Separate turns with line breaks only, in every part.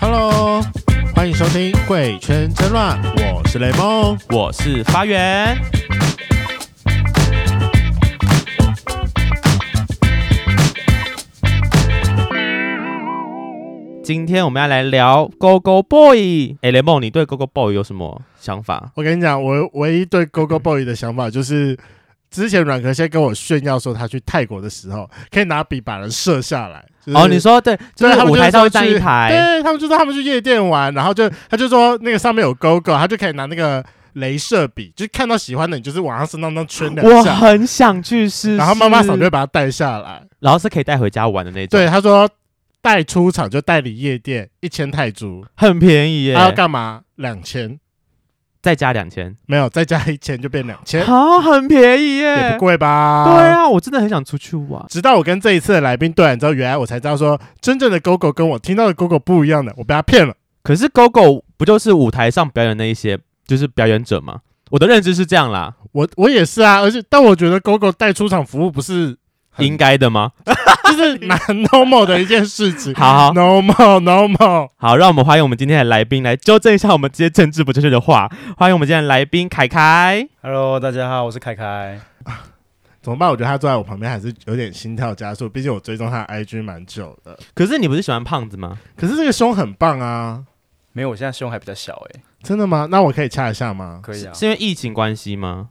Hello，欢迎收听《贵圈真乱》，我是雷梦。
我是发源。今天我们要来聊 Go Go Boy。哎，雷梦，你对 Go Go Boy 有什么想法？
我跟你讲，我唯一对 Go Go Boy 的想法就是，之前阮壳先跟我炫耀说，他去泰国的时候可以拿笔把人射下来。就是
哦，你说对，就
呃对
是
他们
舞
就
台
是
上
说
会站一
去
排，
对他们就说他们去夜店玩，然后就他就说那个上面有勾勾，他就可以拿那个镭射笔，就是看到喜欢的你就是往他身上这样圈
我
两下，
很想去试试。
然后妈妈手就会把它带下来。
然后是可以带回家玩的那种，
对，，他说带出场就带离夜店一千泰铢，
很便宜
他要
耶，
干嘛？两千
再加两千，
没有，再加一千就变两 千，
好，很便宜
哎也不
耶。
贵吧？
哎对。啊，我真的很想出去玩。
直到我跟这一次的来宾对完之后，原来我才知道说，真正的狗狗跟我听到的狗狗不一样的，我被他骗了。
可是 GoGo 不就是舞台上表演那一些，就是表演者吗？我的认知是这样啦，
我我也是啊，而且但我觉得狗狗带出场服务不是很
应该的吗？
就是蛮 normal 的一件事情。
好好
，normal normal，
好，让我们欢迎我们今天的来宾来纠正一下我们这些政治不正确的话。欢迎我们今天的来宾凯凯。
Hello，大家好，我是凯凯。
怎么办？我觉得他坐在我旁边还是有点心跳加速，毕竟我追踪他的 IG 蛮久的。
可是你不是喜欢胖子吗？
可是这个胸很棒啊，
没有，我现在胸还比较小哎、
真的吗？那我可以掐一下吗？
可以啊。
是因为疫情关系吗？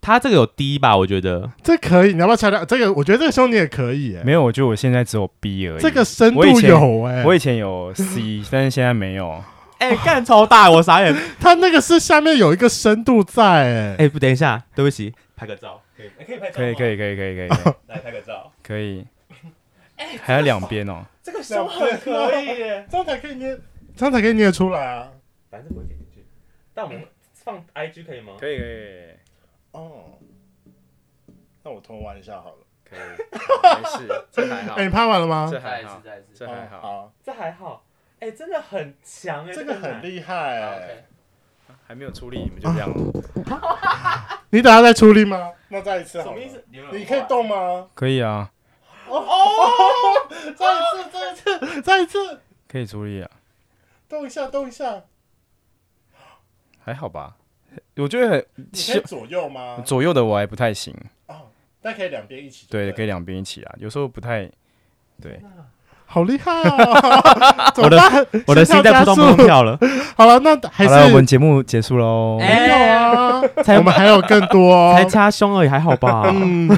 他这个有低吧？我觉得
这可以，你要不要掐掉？这个我觉得这个胸你也可以、欸，
没有，我觉得我现在只有 B 而已。
这个深度
我以前
有哎、
我以前有 C，但是现在没有。
哎、干超大，我傻眼。
他那个是下面有一个深度在哎、
哎、不，等一下，对不起，拍个照，可以，可以拍
可以，可
以，
以，可以，可以，可以，可以
来拍个照。
可以。还有两边哦，
这个
胸很可
以耶，
这样才可以捏，这样才可以捏出来啊。
反正不会点进去。但我们放 IG 可以吗？
可以，可以，
哦，那我偷玩一下好了。
可以，没事，这还好
哎、你拍完了吗？
这还好，
再一次
这还
哦
好，
好，
这还好，哎、真的很强哎、
这个很厉害、
好
欸
，OK。还没有出力，你们就这样了。
你等下再出力吗？那再一次好了？？你可以动
动。
吗？
可以啊，
再一次，再一次，再一次，
可以出力啊，
动一下，动一下。
还好吧？我觉得很
你可以左右吗？
左右的我还不太行，
哦，但可以两边一起。
对，可
以。
以两边一起啊，有时候不太对。
好厉害哦！
我的我的心在扑通扑通跳了，
好了，那还
好了，我们
是
节目结束喽。
没
哎
有啊，
才
我们还有更多哦
才。掐胸而已，还好吧？
嗯，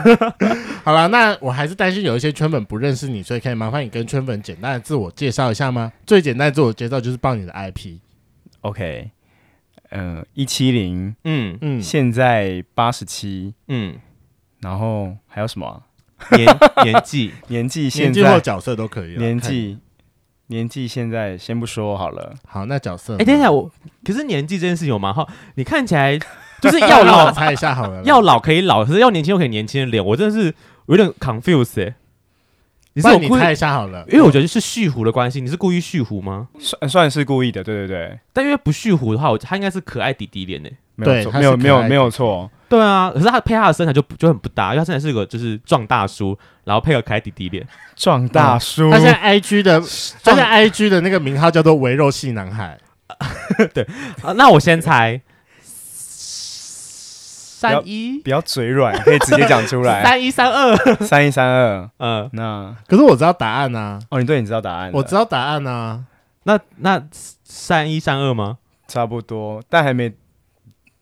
好了，那我还是担心有一些圈粉不认识你，所以可以麻烦你跟圈粉简单的自我介绍一下吗？最简单的自我介绍就是报你的 IP。
OK，嗯、呃，一七零，
嗯
嗯，
现在八十七，
嗯，
然后还有什么啊、
年年 纪，
年纪
年
现
纪或
在
角色都可以啦。
年
看
纪年纪现在先不说好了，
好，那角色呢。
哎、等一下，我可是年纪这件事有吗？哈，你看起来就是
那
要
让我
老
猜一下好了啦。
要老可以老，可是要年轻又可以年轻的脸，我真的是有点 confused 哎、你是
不
我
然你
故意
猜，一下好了，
因为我觉得是蓄胡的关系，你是故意蓄胡吗？
算算是故意的，对对对，
但因为不蓄胡的话，我他应该是可爱弟弟脸哎、
没有
对
错，
他
没
是
有
可
没有
爱
没有错，
对啊，可是他配他的身材就不就很不搭，因为他身材是个就是壮大叔，然后配个可爱弟弟脸。
壮大叔，
嗯他现在 IG 的他现在 IG 的那个名号叫做“围肉系男孩
啊，那我先猜，三一
不要嘴 软，可以直接讲出来，
三一三二，
三一三二，
嗯，
那”。
可是我知道答案啊，
哦，你对，你知道答案了，
我知道答案啊。
那那三一三二吗？
差不多，但还没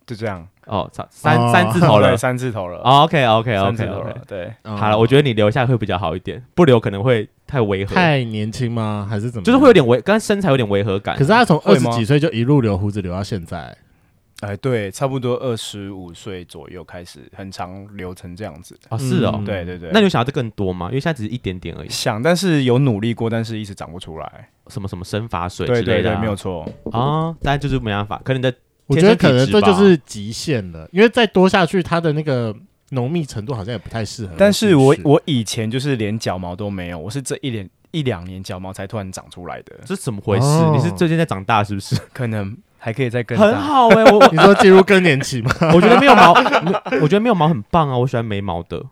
就这样，
哦，操，三、
哦
三字头了
对。三字头了，
哦、OK OK
三字
OK
头了
OK，
对，
嗯
好了，我觉得你留下会比较好一点，不留可能会太违和，
太年轻吗？还是怎么样？
就是会有点违，刚才身材有点违和感。
可是他从二
会
十
吗
几岁就一路留胡子留到现在，
哎，对，差不多二十五岁左右开始，很长流程这样子。
哦，是哦
嗯，
对对对，
那你有想要这更多吗？因为现在只是一点点而已，
想，但是有努力过，但是一直长不出来。
什么什么生发水之
对
类的
对对，
啊，
没有错。
啊，但就是没办法，可能你的
我觉得
天生体
可能
质
这
吧
就是极限了，因为再多下去，他的那个浓密程度好像也不太适
嗯
合。
但是我
是不是
我以前就是连脚毛都没有，我是这一连一两年脚毛才突然长出来的，
这是怎么回事？
哦
你是最近在长大是不是？
可能还可以再更
很
大。
好 哎，我
你说进入更年期吗？
我觉得没有毛，没我觉得没有毛很棒啊，我喜欢没毛的。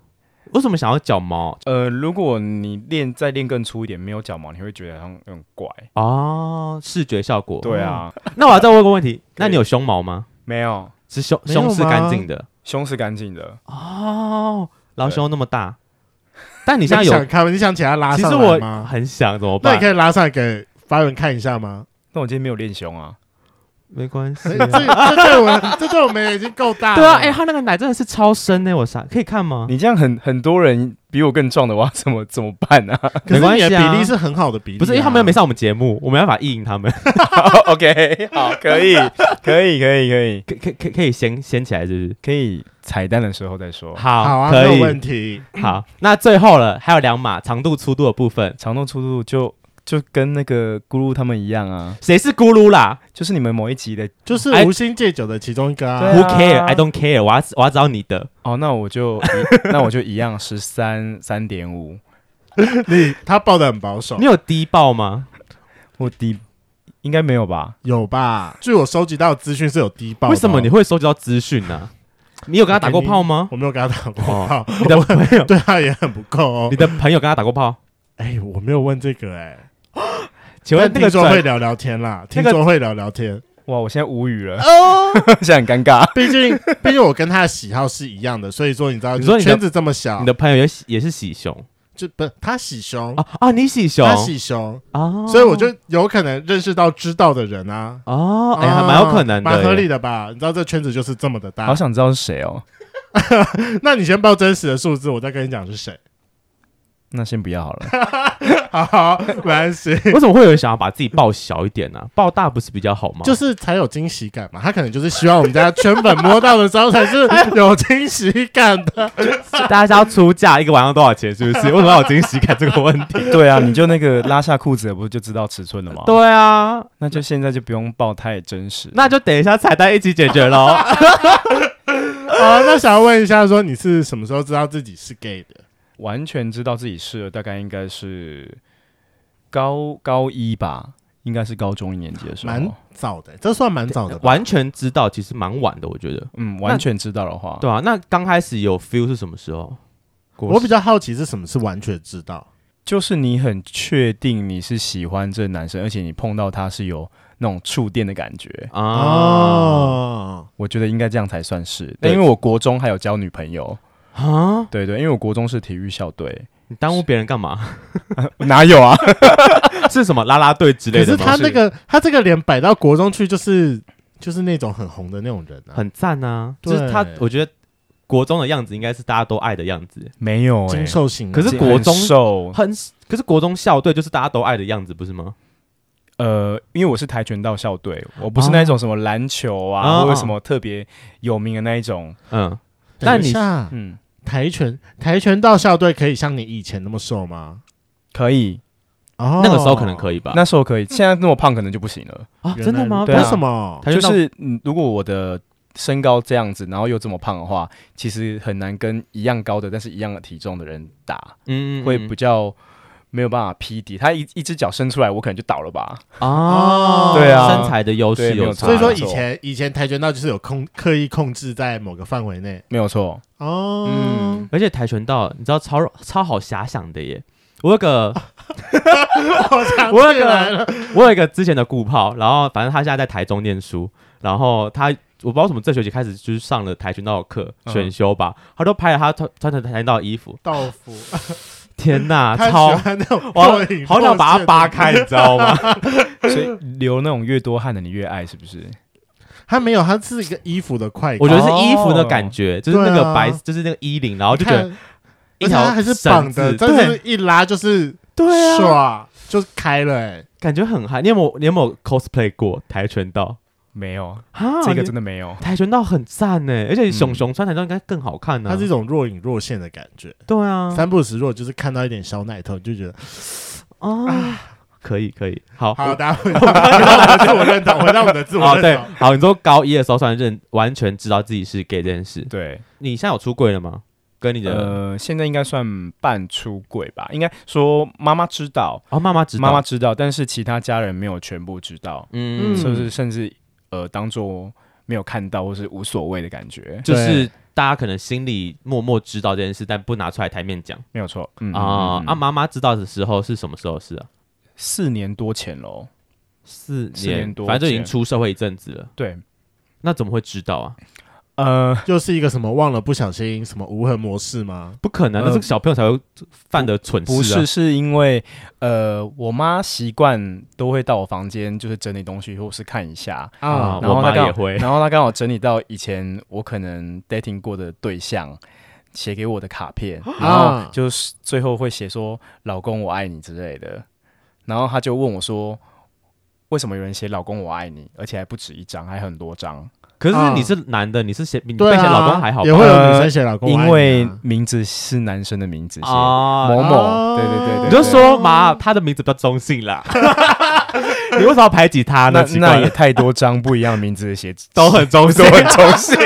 为什么想要脚毛？
呃，如果你练再练更粗一点，没有脚毛，你会觉得好像有点怪。
哦，视觉效果。
对啊，
那我要再问一个问题，
可以
那你有胸毛吗？
没有，
是胸
没有吗
胸是干净的
胸是干净的。
哦，然后胸那么大，但 你
你
现在
想
有，
看吗？你想请他拉
其
上
实
来
我
吗？
很想怎么
那你
办？
可以拉上来给发文看一下吗？
那我今天没有练胸啊，
没关系
这。这对我们这对我们已经够大了。
对啊，哎，他那个奶真的是超深欸呢，我傻，可以看吗？
你这样很很多人比我更壮的，我要怎么怎么办啊
可
没
是
关
你
系
的
啊
比例是很好的比例啊，
不是，因为他们又没上我们节目，我没办法意淫他们。
？OK，好，可以，可以，可以，可以，
可可可可以掀掀起来，是不是？
可以彩蛋的时候再说。
好，
好啊，
可
没有
以
问。题。
好，那最后了，还有两码长度、粗度的部分，
长痛粗度就就跟那个咕噜他们一样啊，
谁是咕噜啦
就是你们某一集的
就是
哎
无心戒酒的其中一个
对
啊
啊。
？Who care? I don't care。我要我要找你的。
哦，那我就 那我就一样十三三点五，
你他报的很保守
你，有低报吗？
我低应该没有吧？
有吧？据我收集到的资讯是有低报的哦。
为什么你会收集到资讯呢？你有跟他打过炮 吗？
我没有跟他打过
哦
炮，
你的朋友，
对他也很不够哦
你。的朋友跟他打过炮？
哎，我没有问这个 哎，
请问那
但
个
听说会
转
聊聊天啦，
那
听
个
说会聊聊天。
哇，我现在无语了，
哦
现在很尴 尬。
毕竟，毕竟我跟他的喜好是一样的，所以说你知道，
你说你的
圈子这么小
你，的朋友也喜也是喜熊
就不是他喜熊，
啊啊，你喜熊
他喜熊，
啊，
所以我就有可能认识到知道的人啊。
哦，哎，
啊
还蛮有可能的耶，
蛮合理的吧？你知道这圈子就是这么的
好
大。
想知道是谁哦，
那你先报真实的数字，我再跟你讲是谁。
那先不要好了。
好好，没关系，
为什么会有人想要把自己抱小一点呢？抱大不是比较好吗？
就是才有惊喜感嘛。他可能就是希望我们家圈粉摸到的时候才是有惊喜感的。
大家是要出价，一个晚上多少钱？是不是？为什么要有惊喜感这个问 题？
对啊，你就那个拉下裤子了，不是就知道尺寸了吗？
对啊，
那就现在就不用报太真实。
那就等一下彩蛋一起解决喽。
好，那想要问一下，说你是什么时候知道自己是 gay 的？
完全知道自己是了，大概应该是高高一吧，应该是高中一年级的时
蛮
候。
早的，这算蛮早的吧。
完全知道，其实蛮晚的，我觉得。
嗯，完全知道的话，
对啊，那刚开始有 feel 是什么时候？
我比较好奇是什么是完全知道。
就是你很确定你是喜欢这男生，而且你碰到他是有那种触电的感觉，
啊
哦，
我觉得应该这样才算是。
对
但因为我国中还有交女朋友，
啊！
对对，因为我国中是体育校队，
你耽误别人干嘛？
哪有啊？
是什么啦啦队之
可
类
是
的吗？
他那个他这个脸摆到国中去，就是就是那种很红的那种人啊，
很赞啊，就
对
是他，我觉得国中的样子应该是大家都爱的样子，
没有哎、
精瘦型啊。
欸可是国中
很瘦，
很可是国中校队就是大家都爱的样子，不是吗？
呃，因为我是跆拳道校队，我不是那种什么篮球啊，
哦
或者什么特别有名的那一种。
嗯，
等
那
一
你
下
嗯，
跆拳跆拳道校队可以像你以前那么瘦吗？
可以，
哦，
那个时候可能可以吧？
那时候可以，现在那么胖可能就不行了。
啊，
原来
真的吗？
为
对啊
什么？
跆
就
拳道
是嗯，如果我的身高这样子，然后又这么胖的话，其实很难跟一样高的但是一样的体重的人打，
嗯，嗯嗯
会比较没有办法匹敌。他一一只脚伸出来，我可能就倒了吧。
哦，
对啊
身材的优势
对没
有
有
差，
所以说
没
以
错
前以前跆拳道就是有控刻意控制在某个范围内
没有错，
哦。
嗯，
而且跆拳道你知道超超好遐想的耶。我有个
我想
我有
起来啊了，
我有一个之前的顾炮，然后反正他现在在台中念书，然后他我不知道为什么这学期开始就是上了跆拳道的课
嗯
选修吧，他都拍了他穿穿着跆拳道的衣服，
豆腐，
天呐，
他
啊超
喜欢那种
哇
过瘾，
好想把它扒开，你知道吗？
嗯所以流那种越多汗的你越爱，是不是？
他没有，他是一个衣服的快感。
我觉得是衣服的感觉，就是那个白，
对啊
就是那个衣领，然后就觉
看
得一
而且
条
他还是绑的，
绳子
但
对
是一拉就是
对啊，
唰就开了哎。
感觉很嗨。你有没有你有没有 cosplay 过跆拳道
没有，
啊
这个
你
真的没有。
跆拳道很赞呢，而且
嗯
熊熊穿跆拳道应该更好看呢、
它是一种若隐若现的感觉，
对啊，
三不时若就是看到一点小奶头，你就觉得
啊，可以可以，好，
好，大家 回到回到我们的自我认同，回到我们的自我
哦，对
认同。，
好，你说高一的时候算认完全知道自己是 gay 这件事，
对，
你现在有出柜了吗？跟你的
呃，现在应该算半出柜吧，应该说妈妈知道，
哦妈妈知道，
妈妈知道，但是其他家人没有全部知道，
嗯
嗯
甚至甚至呃当做没有看到或是无所谓的感觉，
就是大家可能心里默默知道这件事，但不拿出来台面讲
没有错。嗯
啊。啊，
啊，
妈妈知道的时候是什么时候的事啊？
四年多前喽，
四
四年多
反正就已经
前
出社会一阵子了，
对，
那怎么会知道啊？
呃，
又是一个什么忘了不小心什么无痕模式吗？
不可能，那
呃
是小朋友才会犯的蠢
不
事啊
是，！是因为呃，我妈习惯都会到我房间，就是整理东西或是看一下，
啊
啊，
然后
我妈
她刚
也会
然后她刚好整理到以前我可能 dating 过的对象写给我的卡片，
啊
然后就是最后会写说“老公我爱你”之类的，然后她就问我说。为什么有人写“老公我爱你”，而且还不止一张，还很多张？
可是
啊
你是男的，你是写你
对
被
啊，
写老公还好吧呃
也会有女生写老公我爱你啊，
因为名字是男生的名字写，
啊？
某
哦
某，对对对对，
你就
对
说嘛，他的名字比较中 性啦，你为什么要排挤他
那
呢？奇怪
那
了
也太多张不一样名字的写
都很中性
都，很中性。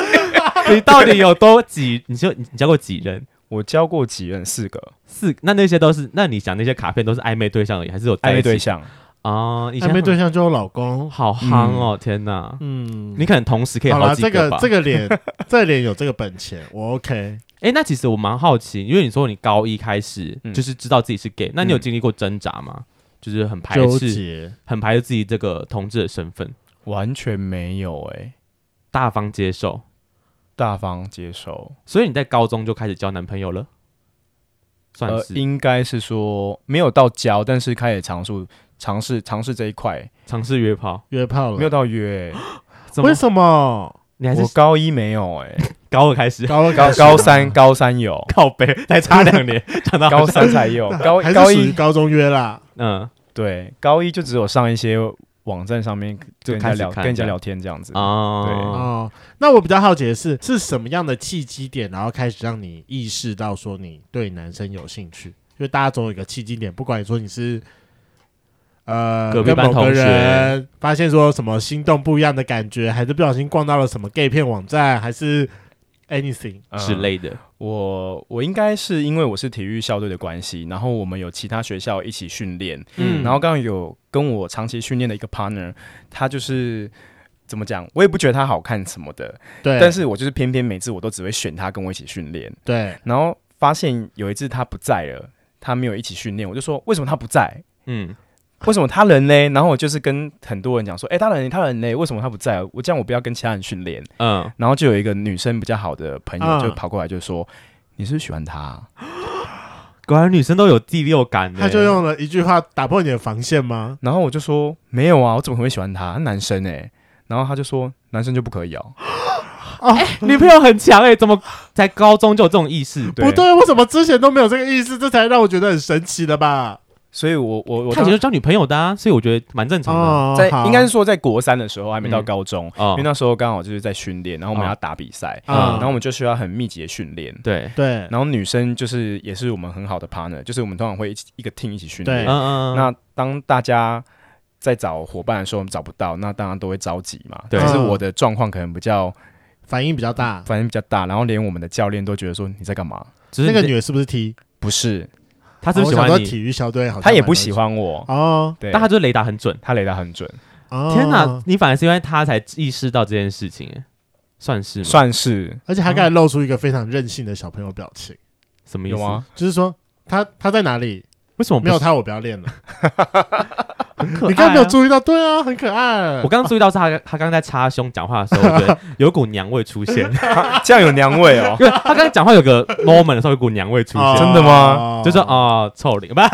你到底有多几？你就你交过几人？
我教过几任，四个
四？那那些都是？那你讲那些卡片都是暧昧对象而已，还是有在
暧
一
昧
起
对象，
啊？以前
暧昧对
很
象就有老公，
好夯哦！天哪，
嗯，
你可能同时可以
好
好
了，
几
这个
吧
这？个脸， 这个脸有这个本钱，我 OK。
哎，那其实我蛮好奇，因为你说你高一开始
嗯
就是知道自己是 gay，那你有
嗯
经历过挣扎吗？就是很排
纠
斥，
结，
很排斥自己这个同志的身份，
完全没有哎、
大方接受。
大方接受。
所以你在高中就开始交男朋友了，算
呃，
是
应该是说没有到教，但是开始尝试尝试尝试这一块，
尝试约炮？
约炮了，
没有到约欸、
怎么
为？什么？
你还
我
是
高一没有哎、
高二开 始？，
高二
高
开始吗
高三高三有
靠北，才差两 年，讲到
高三才
哦
有，高
还
高
是属于
一
高中约啦，
嗯
对高一就只有上一些网站上面
就
跟人
开
家
始
聊
看
跟人
这
家
样
聊天这样子
哦，
哦，那我比较好奇的是，是什么样的契机点，然后开始让你意识到说你对男生有兴趣？因为大家总有一个契机点，不管你说你是呃
隔壁
跟
班
某个
同学
人发现说什么心动不一样的感觉，还是不小心逛到了什么 gay 片网站，还是 anything
嗯
之类的。
我我应该是因为我是体育校队的关系，然后我们有其他学校一起训练，
嗯
然后刚刚有跟我长期训练的一个 partner，他就是怎么讲，我也不觉得他好看什么的，
对，
但是我就是偏偏每次我都只会选他跟我一起训练，
对
然后发现有一次他不在了，他没有一起训练，我就说为什么他不在？
嗯，
为什么他人呢？然后我就是跟很多人讲说，哎、他人他人呢？为什么他不在？我这样我不要跟其他人训练。
嗯，
然后就有一个女生比较好的朋友
嗯
就跑过来就说，你是不是喜欢他啊、
果然女生都有第六感呢。
他就用了一句话打破你的防线吗？
然后我就说没有啊，我怎么会喜欢他？他男生哎、然后他就说男生就不可以哦。
女朋友很强哎，怎么在高中就有这种意识？
对
不对，我怎么之前都没有这个意思？这才让我觉得很神奇的吧？
所以我我我
他以
当
前就交女朋友的啊，所以我觉得蛮正常的。
哦，
在
好
应该是说在国三的时候还没到高中，因
哦
为，那时候刚好就是在训练，然后我们
哦
要打比赛，
嗯
啊
然后我们就需要很密集的训练。
对，
对，
然后女生就是也是我们很好的 partner，就是我们通常会一起一个 team 一起训
对
练。
嗯嗯，嗯
那当大家在找伙伴的时候，我们找不到，那当然都会着急嘛。
对
但
嗯
是我的状况可能比较
反应比较大。
反应比较大，然后连我们的教练都觉得说你在干嘛？
只
那
是
个
你
女的是不是 T？哦
不是，
他是不是喜
我想
欢
说
你，
体育小队好像
他也不
蛮多
喜欢我。
哦，
对，
但他就是雷达很准。
他雷达很准，
哦
天哪，，你反而是因为他才意识到这件事情哎，算是吗？
算是
而且
嗯
他刚才露出一个非常任性的小朋友表情，
什么意
有
思？
吗？
就是说他他在哪里？
为什么不
没有他我不要练 了。
很可爱啊？
你刚才没有注意到？对啊，很可爱
我。刚刚注意到是他，他刚刚在插胸讲话的时候，我觉得有股娘味出现，。
这样有娘味哦
因为他刚刚讲话有个 moment 的时候有股娘味出
哦
现，
真的吗
就说，啊臭脸，不是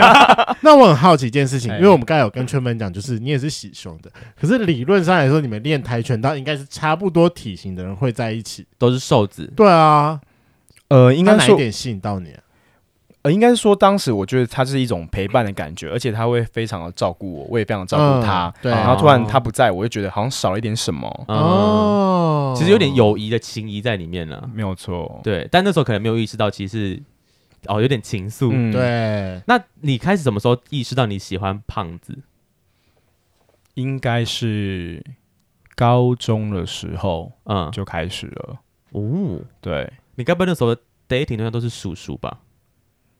那我很好奇一件事情，
哎
因为我们刚才有跟圈粉讲，就是你也是喜胸的，可是理论上来说，你们练跆拳道应该是差不多体型的人会在一起。
都是瘦子，
对啊，
呃，应
应
该
哪一
说，
点吸引到你啊？
呃，应该是说，当时我觉得他是一种陪伴的感觉，而且他会非常的照顾我，我也非常地照顾他
嗯。对
哎然后突然他不在，我就觉得好像少了一点什么。
哦，
哦，
其实有点友谊的情谊在里面了，
没有错，
对，但那时候可能没有意识到，其实哦有点情愫。
嗯，
对。
那你开始什么时候意识到你喜欢胖子？
应该是高中的时候
嗯，
就开始了。
哦，
对，
你该不会那时候 dating 对象都是叔叔吧？
欸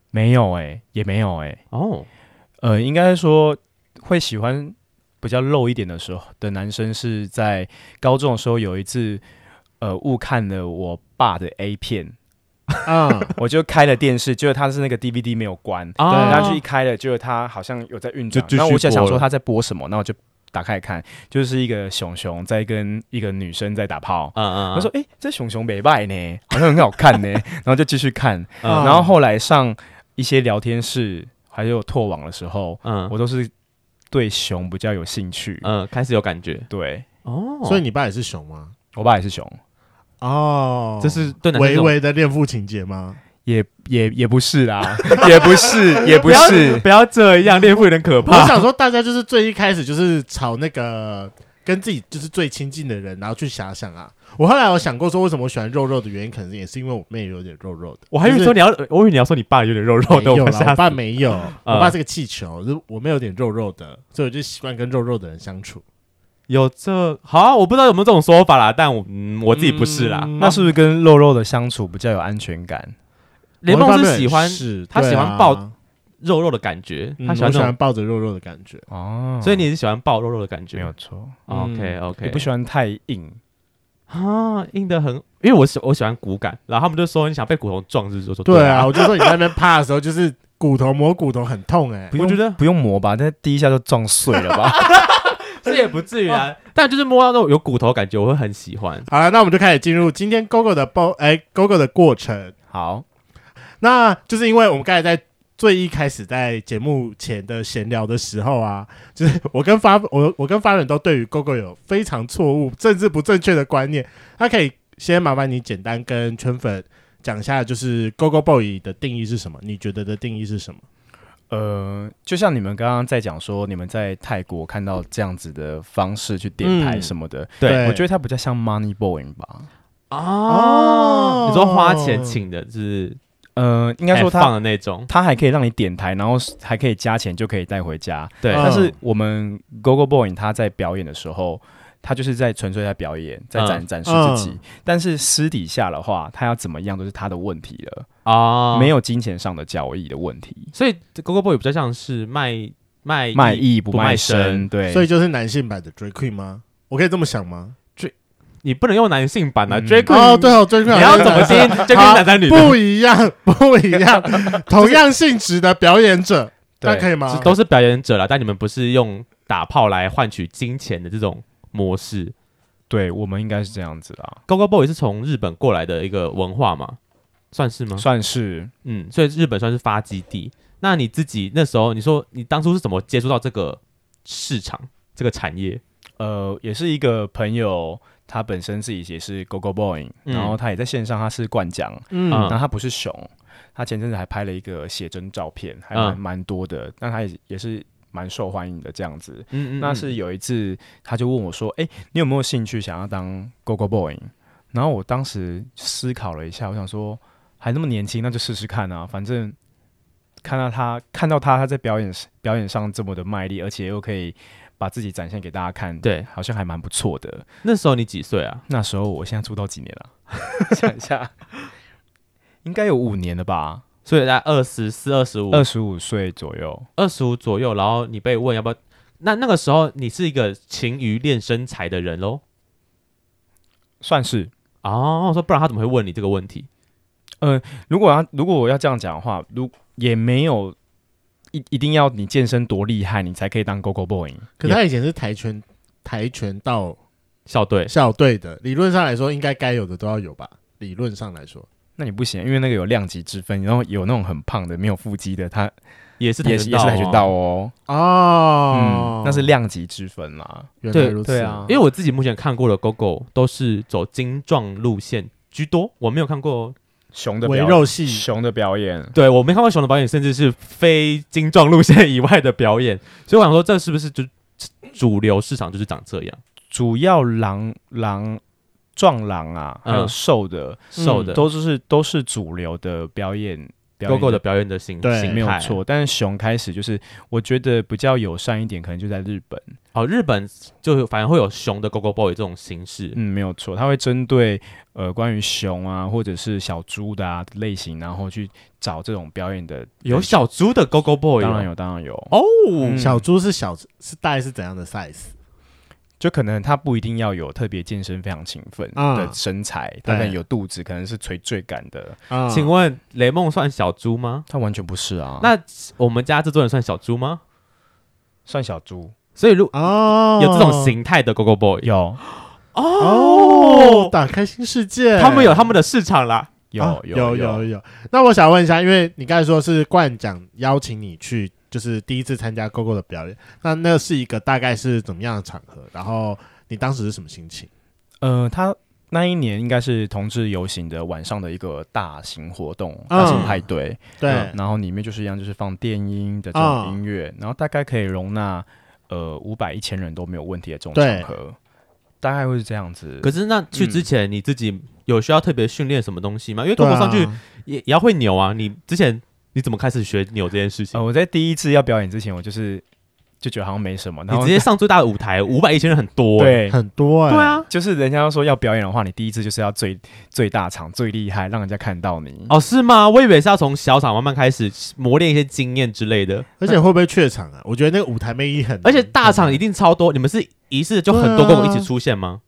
没有哎、也没有哎、
哦，
呃，应该说会喜欢，不比较露一点的时候的男生是在高中的时候有一次，呃，误看了我爸的 A 片，
嗯，
我就开了电视，结果他是那个 DVD 没有关，
啊
对
哦
然后就一开了，结果他好像有在运
就，
转
继续
然后我就想
播
说
了
他在播什么，那我就打开看，就是一个熊熊在跟一个女生在打炮。
嗯嗯，
他说：“诶，这熊熊没败呢，好像很好看 呢。”然后就继续看，
啊
嗯
然后后来上一些聊天室还有拓网的时候，
嗯
我都是对熊比较有兴趣。
嗯，开始有感觉
对
哦，
所以你爸也是熊吗？
我爸也是熊，
哦，
这是对男生这
微
种
微的恋父情节吗？
也也也不是啦， 也不是，也不
不要
是。
不要这样，恋父有点可
我
怕。
想说，大家就是最一开始就是朝那个跟自己就是最亲近的人，然后去遐想啊。我后来有想过说，为什么我喜欢肉肉的原因，可能也是因为我妹有点肉肉的。
我还以为
就是
说你要，我以为你要说你爸有点肉肉的，
没有
我
啦，
吓
我爸
死。嗯
没有，我爸是个气球，就是我妹有点肉肉的，所以我就习惯跟肉肉的人相处。
有这好啊，我不知道有没有这种说法啦，但我嗯我自己不是啦。
嗯
那是不是跟肉肉的相处比较有安全感？
雷
我一
梦
般没有
是
人
喜欢
试
他
对
喜欢
啊
抱肉肉的感觉，
嗯
他
我
喜欢
喜
这
欢
种，
抱着肉肉的感觉。
哦
所以你也是喜欢抱肉肉的感觉。
没有错，
嗯
OK OK，
你不喜欢太硬。
啊，硬的很，因为我喜我喜欢骨感，然后他们就说你想被骨头撞，就是说
对啊，，我就说你在那边趴的时候，就是骨头磨骨头很痛哎、
我觉得
不用磨吧，但第一下就撞碎了 吧？
这也不至于啊，但就是摸到那种有骨头的感觉，我会很喜欢。
好了，那我们就开始进入今天 GoGo 的包哎 GoGo 的过程。
好，
那就是因为我们刚才在最一开始在节目前的闲聊的时候啊，就是我跟发 我我跟发人都对于 GoGo 有非常错误、政治不正确的观念。那可以先麻烦你简单跟圈粉讲一下，就是 GoGo Boy 的定义是什么？你觉得的定义是什么？
呃，就像你们刚刚在讲说，你们在泰国看到这样子的方式去点台
嗯
什么的，
对
我觉得它比较像 Money Boy 吧。
哦
你说花钱请的，就是
呃，
应
应该说它
放的那种，
它还可以让你点台，然后还可以加钱就可以带回家。
对，
嗯
但是我们 Go Go Boy 他在表演的时候，他就是在纯粹在表演，在展、
嗯
展示自己。但是私底下的话，他要怎么样都是他的问题了，
哦，
没，有金钱上的交易的问题。
所以 Go Go Boy 比较像是卖卖
卖艺不
不
卖
卖
身，
身
对，
所以就是男性版的 Drag Queen 吗？我可以这么想吗？
你不能用男性版啊
嗯
，Drake，
哦，对哦，Drag Queen
你要怎么定？Drake
好
男男女的
不一样，不一样，同样性质的表演者，
对
那可以吗
是？都是表演者啦，但你们不是用打炮来换取金钱的这种模式。
对我们应该是这样子啦，
Go Go Boy 是从日本过来的一个文化嘛，算是吗？
算是
嗯，所以日本算是发基地。那你自己那时候，你说你当初是怎么接触到这个市场、这个产业？
呃，也是一个朋友，他本身自己也是 Go Go Boy，、
嗯
然后他也在线上，他是冠奖，
嗯
嗯
然后他不是熊，他前阵子还拍了一个写真照片，还蛮
嗯
蛮多的，那他也也是蛮受欢迎的这样子。
嗯
那是有一次，他就问我说：“哎、你有没有兴趣想要当 Go Go Boy？” 然后我当时思考了一下，我想说还那么年轻，那就试试看啊，反正看到他看到他他在表演表演上这么的卖力，而且又可以把自己展现给大家看，，
对。
好像还蛮不错的。
那时候你几岁啊？
那时候我现在出道几年 了、想一下，应该有五年了吧，
所以在二十四、二十五、
二十五岁左右。
二十五左右，然后你被问要不要？那那个时候你是一个勤于练身材的人喽？
算是，
哦，我说不然他怎么会问你这个问题？
如果要如果我要这样讲的话，如也没有一一定要你健身多厉害，你才可以当 Go Go Boy。
可他以前是跆拳跆拳道
校队
校队的，理论上来说，应该该有的都要有吧？理论上来说，
那你不行，因为那个有量级之分，然后有那种很胖的没有腹肌的，他
也是
也是也是
哦
跆拳道哦，
哦
嗯，那是量级之分啦。
原来
对
如此，
对啊
因为我自己目前看过的 GoGo 都是走精壮路线居多，我没有看过，
熊的
围
表
肉系
熊的表演，
对我没看过熊的表演，甚至是非精壮路线以外的表演，所以我想说，这是不是就主流市场就是长这样，
主要狼狼壮狼啊，还有
嗯
瘦的、
瘦的，
都是都是主流的表演表演
GoGo 的
的
表演的形
对
形态
没有错，但是熊开始就是我觉得比较友善一点，可能就在日本，
哦，日本就反而会有熊的 GoGo Boy 这种形式，
嗯，没有错，他会针对呃关于熊啊或者是小猪的啊类型，然后去找这种表演的，呃
有小猪的 GoGo Boy，
当然
有
有，当然有，
哦，
嗯
小猪是小是大概是怎样的 size？
就可能他不一定要有特别健身非常勤奋
啊
的身材，他可
对
能有肚子，可能是垂坠感的，
啊
请问雷梦算小猪吗？
他完全不是啊，
那我们家制作人算小猪吗？
算小猪
所以如
哦，
有这种形态的 GoGo Boy
有
哦，，打开新世界，
他们有他们的市场啦。
有、
啊有
有
有有。那我想问一下，因为你刚才说是冠奖邀请你去，就是第一次参加 GoGo 的表演，那那是一个大概是怎么样的场合？然后你当时是什么心情？
呃，他那一年应该是同志游行的晚上的一个大型活动，
嗯
大型派对。
对啊
嗯，然后里面就是一样，就是放电音的这
嗯
啊
种音乐，然后大概可以容纳呃五百一千人都没有问题的这种
对
场合，大概会是这样子。
可是那去之前你自己有需要特别训练什么东西吗？因为 GoGo 上去
对啊
也也要会扭啊。你之前你怎么开始学扭这件事情
呃，？我在第一次要表演之前，我就是就觉得好像没什么，然
你
后
直接上最大的舞台，五百一千人很多、欸。
对。
很多哎，
对，啊，
就是人家说要表演的话，你第一次就是要最最大场、最厉害，让人家看到你。
哦，是吗？我以为是要从小场慢慢开始磨练一些经验之类的，
而且会不会怯场啊？我觉得那个舞台魅力很，
而且大场一定超多。你们是一次就很多
对
跟
啊
我一起出现吗？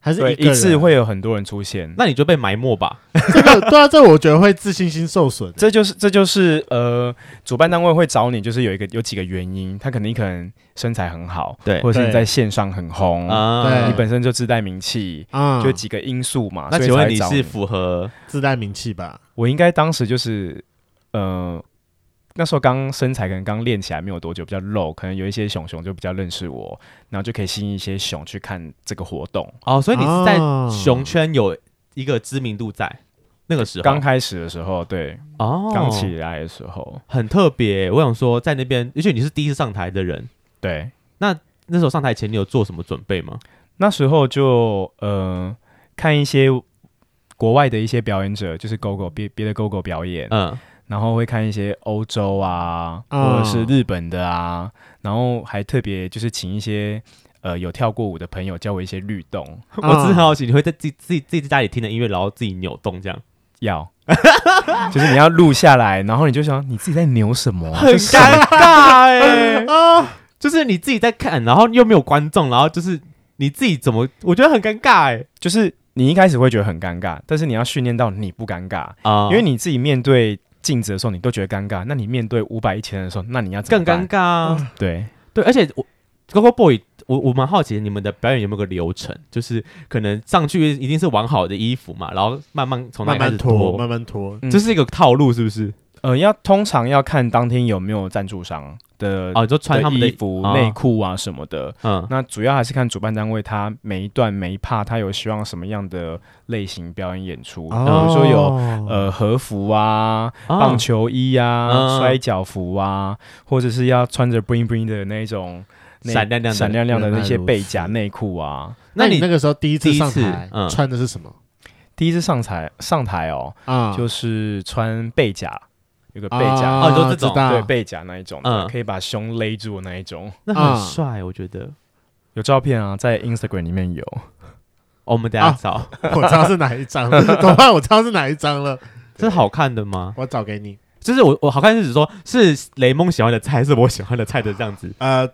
还是
对，
一个
一次
人啊
会有很多人出现，
那你就被埋没吧。
这个对啊，这个我觉得会自信心受损。欸
这就是这就是呃，主办单位会找你，就是有一个有几个原因，他可能你可能身材很好，
对
或者是
对
你在线上很红，
对
啊
你，本身就自带名气，
啊，
就几个因素嘛。
嗯那
所以
请问
才
你
找
是符合
自带名气吧？
我应该当时就是呃，那时候刚身材可能刚练起来没有多久，比较肉，可能有一些熊熊就比较认识我，然后就可以吸引一些熊去看这个活动。
哦？所以你是在
哦
熊圈有一个知名度在那个时候
刚开始的时候，对，
哦，
刚起来的时候，
很特别。欸我想说，在那边，而且你是第一次上台的人，
对，
那时候上台前你有做什么准备吗？
那时候就呃看一些国外的一些表演者，就是狗狗别别的狗狗表演，
嗯，
然后会看一些欧洲啊，
啊
或者是日本的啊，然后还特别就是请一些呃有跳过舞的朋友教我一些律动，
我只是很好奇，你会在自己自己自己在家里听的音乐，然后自己扭动这样，
要。就是你要录下来，然后你就想你自己在扭什么啊，
很
这什么
尴尬哎、 啊！就是你自己在看，然后又没有观众，然后就是你自己怎么，我觉得很尴尬哎、
就是你一开始会觉得很尴尬，但是你要训练到你不尴尬，
啊、
因为你自己面对镜子的时候你都觉得尴尬，那你面对五百一千的时候，那你要怎
更
么办
尴尬、啊。
对，
对，而且我 Go Go Boy，我我蛮好奇你们的表演有没有个流程，就是可能上去一定是完好的衣服嘛，然后慢慢从那
慢
里开
慢
始
拖，啊慢慢拖。
嗯
这是一个套路是不是？
呃，要通常要看当天有没有赞助商的
哦，你就穿他们的
衣服、
哦
内裤啊什么的。
嗯，
那主要还是看主办单位他每一段每一趴他有希望什么样的类型表演演出，比如嗯说有
有
呃和服啊、
哦
棒球衣啊、
嗯
摔跤服啊，或者是要穿着 bling bling 的那一种内
闪亮亮的
闪亮亮的
原来
那些
如
背
此
甲内裤啊。
那
那
你
你
那个时候第一次
第一
上
次
台
嗯
穿的是什么
第一次上台上台哦，
啊？
就是穿背甲，有个背甲。
啊
哦就这种
知道
对背甲那一种的，
嗯
可以把胸勒住的那一种。
那
啊
很帅，我觉得。
有照片啊，在 Instagram 里面有。
哦我们等一下
啊
找，
我知道是哪一张了，怎么办？我知道是哪一张了，
这是好看的吗？
我找给你。
就是我我好看是指说，是雷蒙喜欢的菜，是我喜欢的菜的 这样子。
呃，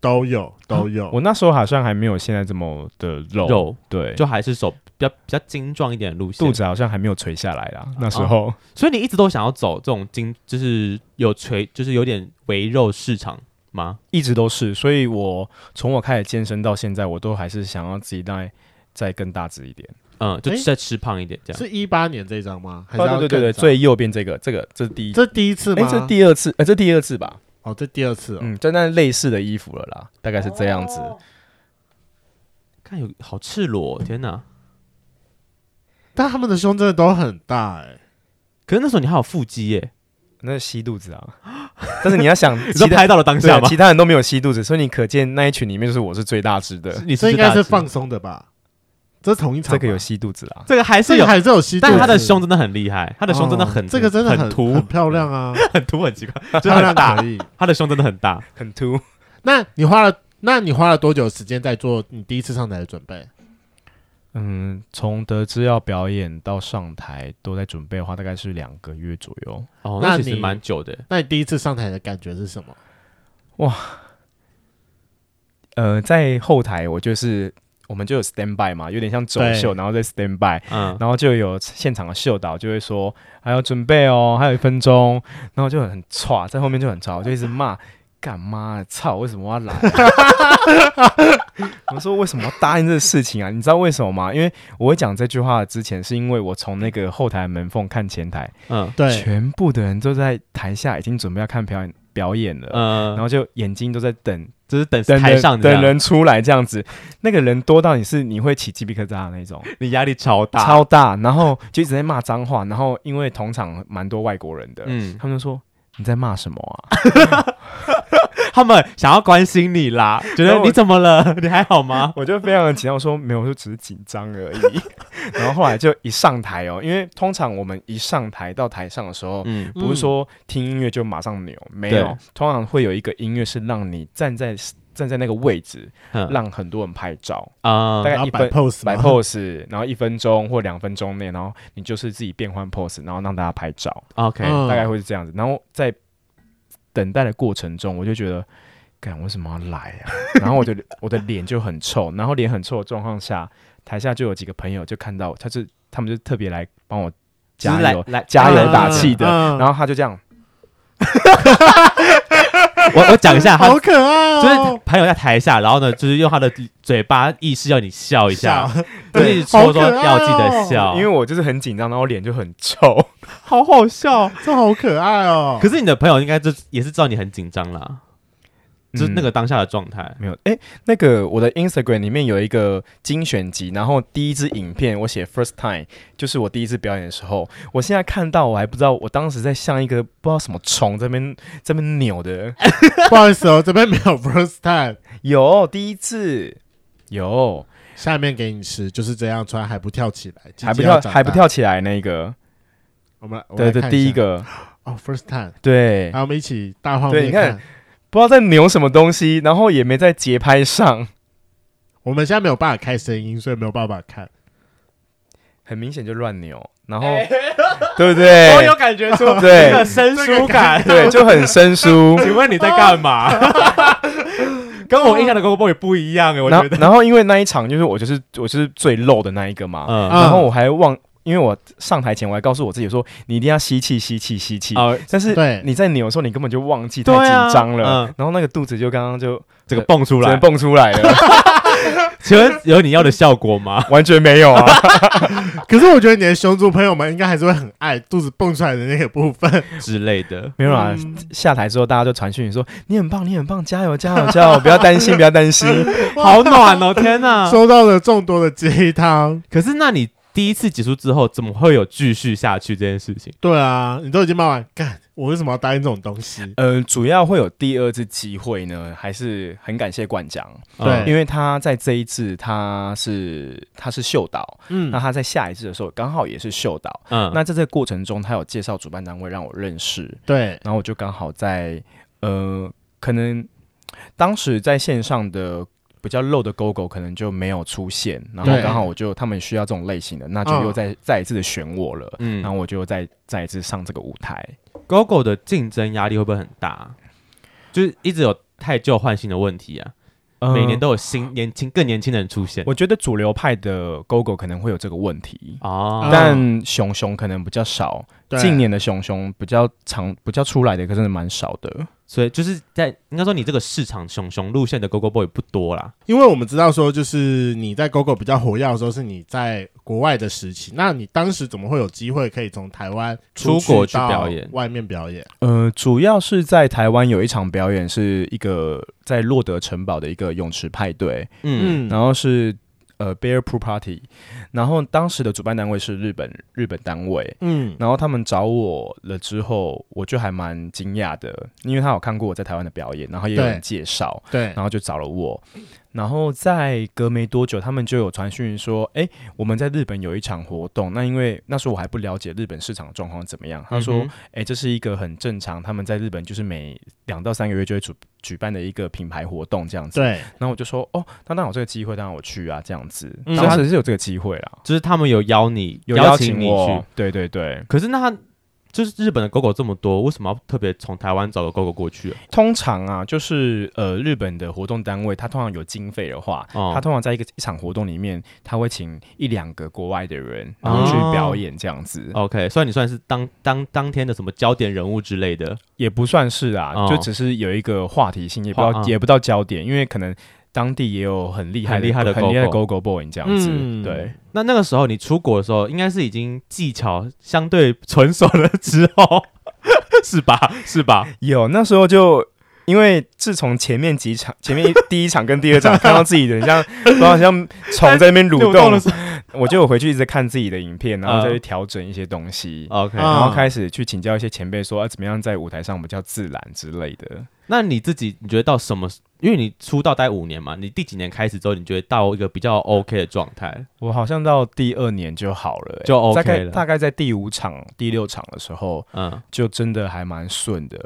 都有都有，
啊我那时候好像还没有现在这么的肉，
肉
对，
就还是手比较比较精壮一点的路线
肚，子好像还没有垂下来啦。那时候、
所以你一直都想要走这种精，就是有垂，就是有点围肉市场吗？
一直都是，所以我从我开始健身到现在，我都还是想要自己再再更大只一点。
嗯，就
诶
再吃胖一点这样。
是一八年这张吗？还是
对
要
哦对对
更
对，
早
最右边这个，这个这是第一，
这第一次
哎、
吗？
这第二次，哎、这第二次吧，
哦，这第二次哦。
嗯，就那类似的衣服了啦，大概是这样子。
看有好赤裸，天哪！
但他们的胸真的都很大哎，
可是那时候你还有腹肌 耶，
那是吸肚子啊，但是你要想，
你
其
是
他
拍到了当
对
下
啊
吗
其？他人都没有吸肚子，所以你可见那一群里面就是我是最大只的。
你
这
是
应该
大
是
只
放松的吧？这是同一场
这
吗，
个有吸肚子啦，
这个还是
这个
有，
还是有吸，哦
但他的胸真的很厉害，他的胸真的很
这个真的
很
凸，
凸
很，漂亮 啊，
很凸很奇怪，就是
漂亮
很大
可，以。
他的胸真的很大。
很凸。
那你花了，那你花了多久时间在做你第一次上台的准备？
嗯，从得知要表演到上台都在准备的话，大概是两个月左右。
哦，
那
那其实
你
蛮久的。
那你第一次上台的感觉是什么？
呃，在后台我就是我们就有 stand by 嘛，有点像走
对
秀，然后在 stand by，
嗯，
然后就有现场的秀导就会说还要准备哦，还有一分钟，然后就很歘，在后面就很吵，就一直骂。干嘛？操！为什么我要来、 啊？我说为什么要答应这个事情啊？你知道为什么吗？因为我会讲这句话之前，是因为我从那个后台的门缝看前台，
嗯
对，
全部的人都在台下已经准备要看表演表演了，
嗯，
然后就眼睛都在等
只是等
等
台上
等
的
等，人出来这样子，那个人多到你是你会起鸡皮疙瘩的那种，
你压力超大，
超大，然后就一直在骂脏话，然后因为同场蛮多外国人的，
嗯，
他们就说你在骂什么啊？
他们想要关心你啦，觉
然
得
后我？
你怎么了？你还好吗
我就非常的紧张，我说没有，我就只是紧张而已。 然后后来就一上台哦，因为通常我们一上台到台上的时候，
嗯，
不是说听音乐就马上扭，没
对
有，通常会有一个音乐是让你站在站在那个位置，
嗯
让很多人拍照，
啊
大概
然后
一
摆
分
pose，
摆
吗
pose，然后一分钟或两分钟内，然后你就是自己变换 pose，然后让大家拍照，
，OK，
嗯
大概会是这样子。然后在等待的过程中，我就觉得，干为什么要来 啊？然后我的我的脸就很臭，然后脸很臭的状况下，台下就有几个朋友就看到，他就他们就特别来帮我
只是
加
来
油。
来
加油
嗯
打气的，
嗯
然后他就这样，
我我讲一下，他
好可爱
就
哦，
是朋友在台下，然后呢，就是用他的嘴巴意识要你笑一下，
笑
就是
好
说
可
说
爱哦
要记得笑，
因为我就是很紧张，然后我脸就很臭。
好好笑。
这好可爱 哦。
可是你的朋友应该就也是知道你很紧张啦，就是那
嗯
个当下的状态。
没有，哎、那个我的 Instagram 里面有一个精选集，然后第一支影片我写 first time，就是我第一次表演的时候。我现在看到我还不知道，我当时在像一个不知道什么虫这边这边扭的。
不好意思哦，这边没有 first time，
有第一次，有
下面给你吃，就是这样穿还不跳起来，
还不
鸡鸡要
跳
长大
还不。跳起来那个，
我们来我们
对
来
对，
看
第
下
一
啊
个
哦，first time，
对，
来我们一起大画
对
面
你看。不知道在扭什么东西，然后也没在节拍上，
我们现在没有办法开声音，所以没有办法看。
很明显就乱扭，然后、对不 对？
感觉出
对
这个生疏感。
对，就很 生疏。
请问你在干嘛？ 跟我印象的 Go Boy 不一样哎，我
然后
觉得。
然后因为那一场就是我就是我就是最漏的那一个嘛，
嗯
啊
然后我还忘，因为我上台前我还告诉我自己说，你一定要吸气吸气吸气，
哦，
但是
对
你在扭的时候你根本就忘记太
对啊
紧张了，
嗯
然后那个肚子就刚刚就
这个蹦出
直接
来，
蹦出来了，
请问有你要的效果吗？
完全没有
嗯
啊，
可是我觉得你的熊族朋友们应该还是会很爱肚子蹦出来的那个部分。
之类 的。
没有啊。
嗯
下台之后，大家就传讯你说你很棒，你很棒，加油加油加 油，不要担心不要担心。
好暖 哦，天哪！
收到了众多的鸡汤。
可是，那你第一次结束之后，怎么会有继续下去这件事情？
对啊，你都已经骂完，干，我为什么要答应这种东西？
呃，主要会有第二次机会呢，还是很感谢冠强，
嗯
对
因为他在这一次他是他是秀导，
嗯
那他在下一次的时候刚好也是秀导，
嗯，
那在这个过程中，他有介绍主办单位让我认识，
对，
然后我就刚好在呃，可能当时在线上的比较漏的勾勾可能就没有出现，然后
对
刚好我就他们需要这种类型的，那就又再、再一次的选我了，
嗯
然后我就再再一次上这个舞台。
，GoGo 的竞争压力会不会很大？就是一直有太旧换新的问题啊，每年都
都，
有新年轻更年轻的人出现
呃我觉得主流派的勾勾可能会有这个问题。
哦。
但熊熊可能比较少，
对
近年的熊熊比较常比较出来的，可真的蛮少的。
所以就是在应该说你这个市场熊熊路线的 GoGo Boy 不多啦。
因为我们知道说，就是你在 GoGo 比较活跃的时候，是你在国外的时期。那你当时怎么会有机会可以从台湾出
出国
去
去表演
到外面表演？
呃，主要是在台湾有一场表演，是一个在洛德城堡的一个泳池派对，
嗯，
然后是呃 Bear Pool Party，然后当时的主办单位是日本日本单位，
嗯，
然后他们找我了之后，我就还蛮惊讶的，因为他有看过我在台湾的表演，然后也有
对
人介绍，
对
然后就找了我，然后在隔没多久，他们就有传讯说，哎，我们在日本有一场活动。那因为那时候我还不了解日本市场状况怎么样，他说，
嗯哼
哎、这是一个很正常，他们在日本就是每两到三个月就会举举办的一个品牌活动这样子。
对，
然后我就说，哦，那那有这个机会，当然我去啊，这样子。
嗯
当时是有这个机会啦，
就是他们有邀你，
有
邀
请
你
我
去。，
对对对。
可是那他就是日本的狗狗这么多，为什么要特别从台湾找个狗狗过去啊？
通常啊，就是呃，日本的活动单位，它通常有经费的话，
哦
它通常在一个一场活动里面，他会请一两个国外的人，然后去
哦
表演这样子，
OK，所以你算是当当当天的什么焦点人物之类的，
也不算是啊，
哦
就只是有一个话题性，也不到、
话啊
也不到焦点，因为可能当地也有很厉害的
很厉害的
很厉害的
Go-Go
Go Go Boy 这样子，
嗯
对，
那那个时候你出国的时候，应该是已经技巧相对纯熟了之后， 是吧？是吧？
有那时候就。因为自从前面几场，前面一第一场跟第二场看到自己的很像，不知道像虫在那 边蠕
动
动
的时候
我就有回去一直看自己的影片，然后
嗯
再去调整一些东西，
，OK，、
啊
然后开始去请教一些前辈说、啊、怎么样在舞台上比较自然之类的。
那你自己你觉得到什么时？因为你出道待五年嘛，你第几年开始之后，你觉得到一个比较 OK 的状态？
我好像到第二年就好了、欸
就 OK
大概
了
大概在第五场、第六场的时候，
嗯
就真的还蛮顺的。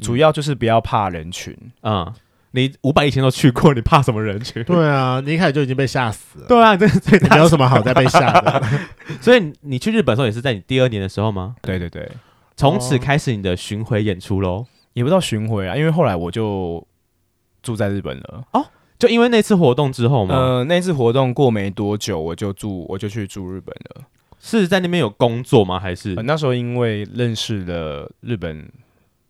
主要就是不要怕人群，
嗯，你五百一千都去过，你怕什么人群？
对啊，你一开始就已经被吓死了，
对啊，这最
你
大
没。有什么好再被吓的。
所以你去日本的时候也是在你第二年的时候吗？
对对对，
从
哦
此开始你的巡回演出喽。
也不到巡回啊，因为后来我就住在日本了。
就因为那次活动之后吗？
呃，那次活动过没多久，我就住我就去住日本了。
是在那边有工作吗？还是
呃、那时候因为认识了日本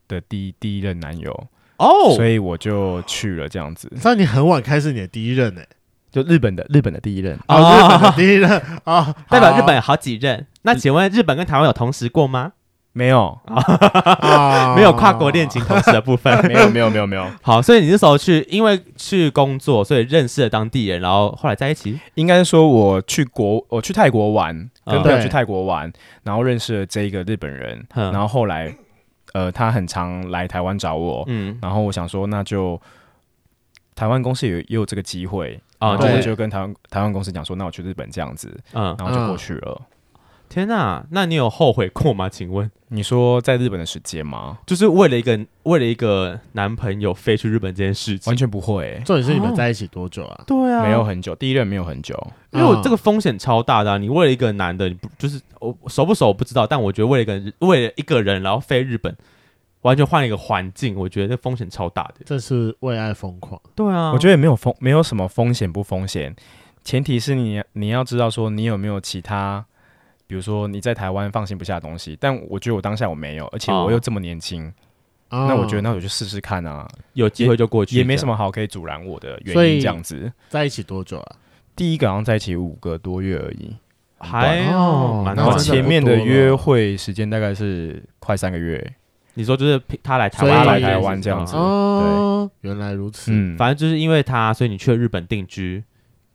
的第一第一任男友，
哦
所以我就去了这样子。
所以你很晚开始你的第一任呢、欸
就日本的日本的第一任，
哦，日 本的第一任哦，
代表日本
啊嗯
有好几任。那请问日本跟台湾有同时过吗？
没有，
啊
没有跨国恋情同时的 部分。
没有，没有，没有，没有，
好，所以你那时候去，因为去工作，所以认识了当地人，然后后来在一起。
应该是说我去国，我去泰国玩，跟
嗯
朋友
对
去泰国玩，然后认识了这一个日本人，
嗯
然后后来，呃，他很常来台湾找
哦
我，
嗯，
然后我想说，那就台湾公司也有也有这个机会，
哦，
然后
就
我
对
是
就跟台湾台湾公司讲说，那我去日本这样子，
嗯，
然后就过去了。
天哪，那你有后悔过吗？请问，
你说在日本的时间吗？
就是为了一个为了一个男朋友飞去日本这件事情
完，全不会、
重点是你们在一起多久啊？
对啊，
没有，很久，第一任没有很久，
因为我啊这个风险超大的啊、你为了一个男的，你不就是我我熟不熟我不知道，但我觉得为了一个人为了一个人，然后飞日本，完全换了一个环境，我觉得这风险超大的。
这是为爱疯狂，
对啊，
我觉得也没有风，没有什么风险不风险，前提是你你要知道说你有没有其他，比如说你在台湾放心不下的东西。但我觉得我当下我没有，而且
哦
我又这么年轻，
啊
那我觉得那我就试试看啊，
有机会就过去
也没
这
什
样。
么好可以阻拦我的
所
原
以
因。这样子，
在一起多久啊？
第一个好像在一起五个多月而已，
还好，
哦
蛮
然
那
好
后
真的
的。
前面
不
的
多了
约会时间大概是快三个月。
你说就是他来台
所以
湾，
他
来
来台
湾这样子
嗯
哦，原来如此。
嗯，
反正就是因为他，所以你去了日本定居。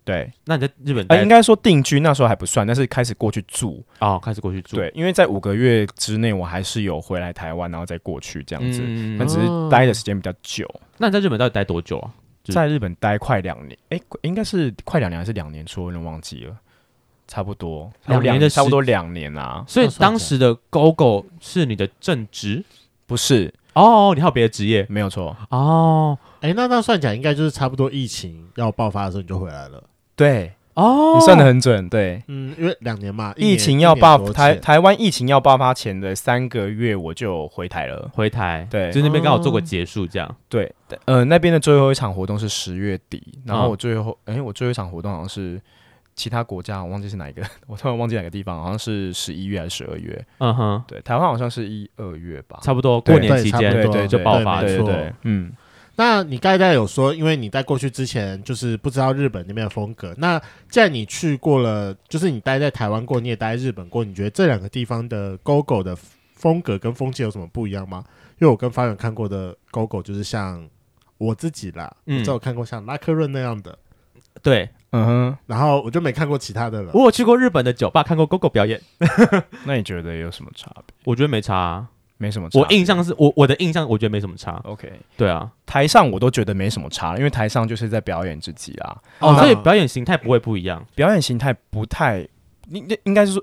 对，
那你在日本
呃，
待
应该说定居那时候还不算，但是开始过去住，
哦，开始过去住，
对，因为在五个月之内我还是有回来台湾，然后再过去这
这
样子。
嗯
但只是待的时间比较久，
那你在日本到底待多久啊？是
在日本待快两年，哎、应该是快两年还是两年初，我有点忘记了，差不多，差不多
两年的时
差不多两年啊，
所以
那算
当时的 GoGo 是你的正职
不是，
哦，你还有别的职业
没有错，
哦
哎，那那算起来应该就是差不多疫情要爆发的时候你就回来了。
对，
哦，
你算的很准，对，
嗯，因为两年嘛，一年
疫情要爆
一年多
台
前
台湾疫情要爆发前的三个月我就回台了，
回台，
对
就是那边刚好做过结束这样。
对，呃，那边的最后一场活动是十月底，然后
嗯
我最后，哎、我最后一场活动好像是。其他国家我忘记是哪一个， 我突然忘记哪个地方，好像是十一月还是十二月？
嗯哼，
对，台湾好像是一二月吧。
差不多
对
过年期
对差
间
不多
对
就爆发
对
了。
没
对
错
对对，嗯，
那你刚才有说，因为你在过去之前就是不知道日本那边的风格。那既然你去过了，就是你待在台湾过，你也待在日本过，你觉得这两个地方的 GoGo 的风格跟风气有什么不一样吗？因为我跟发源看过的 GoGo 就是像我自己啦，
嗯
我只有看过像拉克润那样的，
对，
嗯
然后我就没看过其他的了。
我有去过日本的酒吧看过 GoGo 表演，
哼，那你觉得有什么差别？
我觉得没差啊。
没什么差别。
我印象是我我的印象，我觉得没什么差。
OK，
对啊，
台上我都觉得没什么差，因为台上就是在表演自己啦，
哦，所以
那
表演形态不会不一样。
表演形态不太，应应应该是说，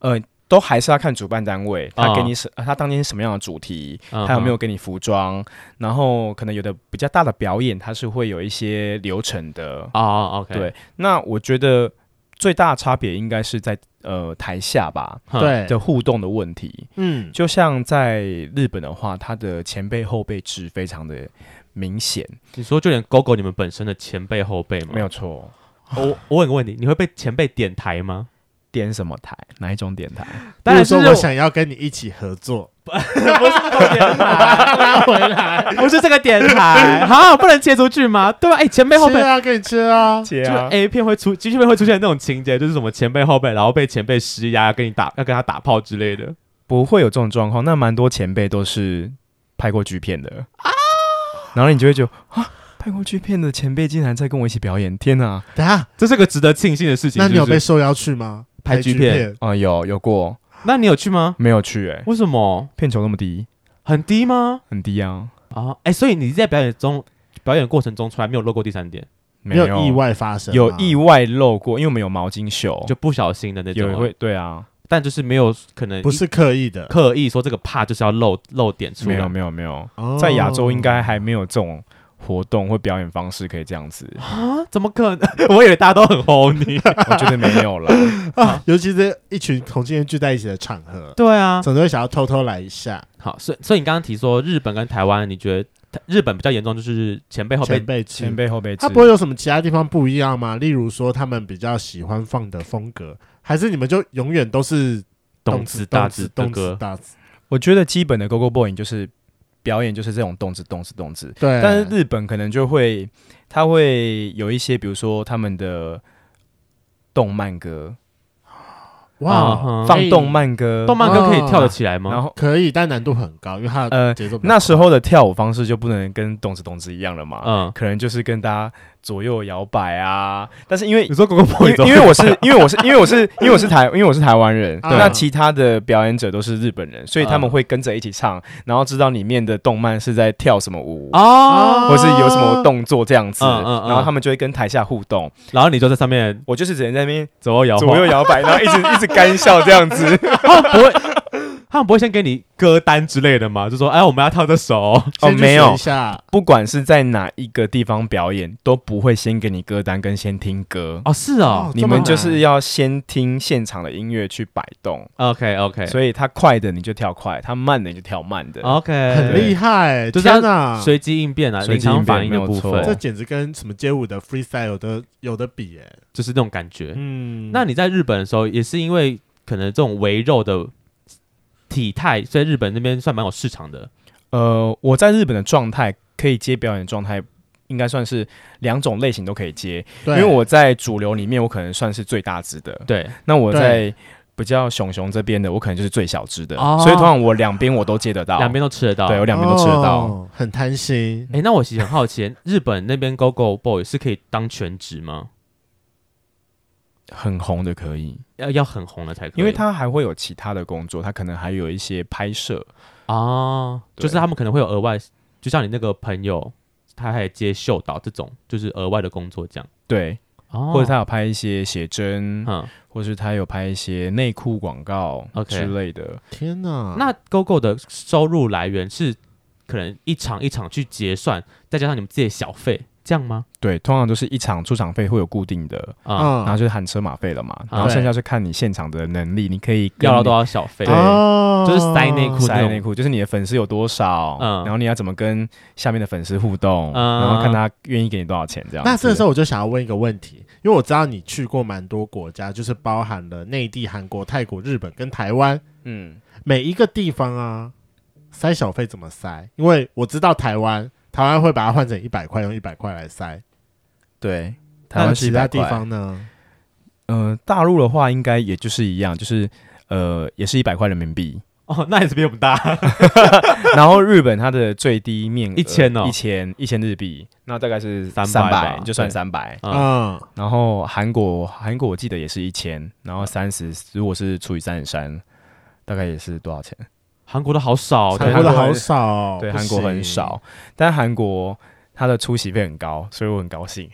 呃，都还是要看主办单位他给你什、呃他当天是什么样的主题，
嗯
还有没有给你服装，然后可能有的比较大的表演，它是会有一些流程的。
啊、哦、？OK，
对，那我觉得最大的差别应该是在呃台下吧
哼，
对，
的互动的问题。
嗯，
就像在日本的话，它的前辈后辈制非常的明显，
你说就连狗狗你们本身的前辈后辈吗？
没有错。
我我问个问题，你会被前辈点台吗？
点什么台？哪一种点台？
当然
比
是
如说我
我
想要跟你一起合作，
不是这个点台，
拉回来，
不是这个点台，哈，不能切出去吗？对吧？哎、前辈后
吃
辈。
啊，给你吃啊，
姐
就是 A 片会出，剧情片会出现那种情节，就是什么前辈后辈，然后被前辈施压，要跟你打，要跟他打炮之类的。
不会有这种状况。那蛮多前辈都是拍过剧片的然后你就会觉得啊，拍过剧片的前辈竟然在跟我一起表演，天哪！啊、
等一下，
这是个值得庆幸的事情。
那你有
是不
被
是
受邀去吗？
拍
剧
剧片，
啊有有过
那你有去吗？
没有去、欸？哎，
为什么
片酬那么低，
很低吗？
很低啊，
啊，哎、所以你在表演中，表演过程中从来没有漏过第三点，
没
有
有意，外发生吗，
有意外漏过，因为我们有毛巾秀，
就不小心的那
哦有
种
人，会对啊，
但就是没有可能
不是刻意的，
刻意说这个怕就是要漏漏点出
没有
来。
没有没有，
哦
在亚洲应该还没有这种活动或表演方式可以这样子，
啊？怎么可能？ 我以为大家都很 吼你。
我觉得没有 了。
尤其是一群同性恋聚在一起的场合，
对啊，
总是会想要偷偷来一下
好，所以所以你刚刚提说日本跟台湾，你觉得台日本比较严重，就是前辈后辈
前辈吃
前辈后辈制，
他不会有什么其他地方不一样吗？例如说他们比较喜欢放的风格，还是你们就永远都是
动
词
词
动
大
词
字的
动词
歌，
大字？
我觉得基本的 Go Go Boy 就是表演就是这种动词动词动词，
对，
但是日本可能就会他会有一些，比如说他们的动漫歌，
啊
哇，
哈
放动漫歌，
动漫歌可以跳得起来
然
吗？
后。
可以，但难度很高，因为它的
呃
节奏比较
那时候的跳舞方式就不能跟动词动词一样了嘛，
嗯，
可能就是跟大家左右摇摆啊。但是因为
你说狗 狗
因
不
为因为我是因为我是因为我是因为我是台因为我是台湾人，
对
那其他的表演者都是日本人，所以他们
嗯
会跟着一起唱，然后知道里面的动漫是在跳什么舞。
哦，
或是有什么动作这样
嗯
子，
嗯嗯
然后他们就会跟台下互动。
然后你就在上面
我就是只能在那边
左右摇晃
左右摇摆，然后一直一直干笑这样子。
他们不会，他们不会先给你歌单之类的吗？就说，哎，我们要跳这首。
先
哦
去学
没有
一下
不管是在哪一个地方表演，都不会先给你歌单跟先听歌，
哦，是哦
哦
你们就
这么
是要先听现场的音乐去摆动。
，OK OK
所以它快的你就跳快，它慢的你就跳慢的。
OK，
很厉害，
就是
天哪！
随机应变啊，
随
临
机应变
场反应的部
没有
这
分
错，
简直跟什么街舞的 freestyle 有的有的比哎、
就是那种感觉。
嗯，
那你在日本的时候，也是因为可能这种围肉的体态，所以日本那边算蛮有市场的。
呃，我在日本的状态可以接表演的状态，应该算是两种类型都可以接，因
对
为我在主流里面，我可能算是最大只的，
对，
那我在比较熊熊这边的，我可能就是最小只的，
哦
所以通常我两边我都接得到，
两边都吃得到。
对我
哎、
两边都吃得到。
哦很贪心。
那我其实很好奇，日本那边 Go Go Boy 是可以当全职吗？
很红的可以，
要要很红了才可以，
因为他还会有其他的工作，他可能还有一些拍摄，
哦，
对
就是他们可能会有额外，就像你那个朋友，他还接秀导这种，就是额外的工作这样。
对，
哦，
或者他有拍一些写真，
嗯，
或是他有拍一些内裤广告
OK
之类的。
天哪！
嗯那 GoGo 的收入来源是可能一场一场去结算，再加上你们自己的小费，这样吗？
对，通常都是一场出场费会有固定的，
啊、
嗯
然后就是喊车马费了嘛，然后
对
剩下是看你现场的能力，你可以跟
要到
你
多少小费？
对
哦
就是塞内裤
塞内裤，就是你的粉丝有多少，
嗯
然后你要怎么跟下面的粉丝互动，
嗯
然后看他愿意给你多少钱这样子。
那这时候我就想要问一个问题，因为我知道你去过蛮多国家，就是包含了内地、韩国、泰国、日本跟台湾
嗯，
每一个地方啊，塞小费怎么塞？因为我知道台湾，台湾会把它换成一百块，用一百块来塞。
对，台
那
湾是
其他
100
地
块，
方呢？
呃，大陆的话应该也就是一样，就是呃，也是一百块人民币。
哦，那也是比我们大。
然后日本它的最低面额
1000哦
一千一千日币，那大概是
300吧
百，你就算
对
三百。
嗯
嗯，
然后韩国韩国我记得也是一千，然后三十如果是除以三十三，大概也是多少钱？
韩国的好少，哦
韩
对
国的
韩国
好少哦，
对，
不
韩国很
行
少，但韩国它的出席费很高，所以我很高兴。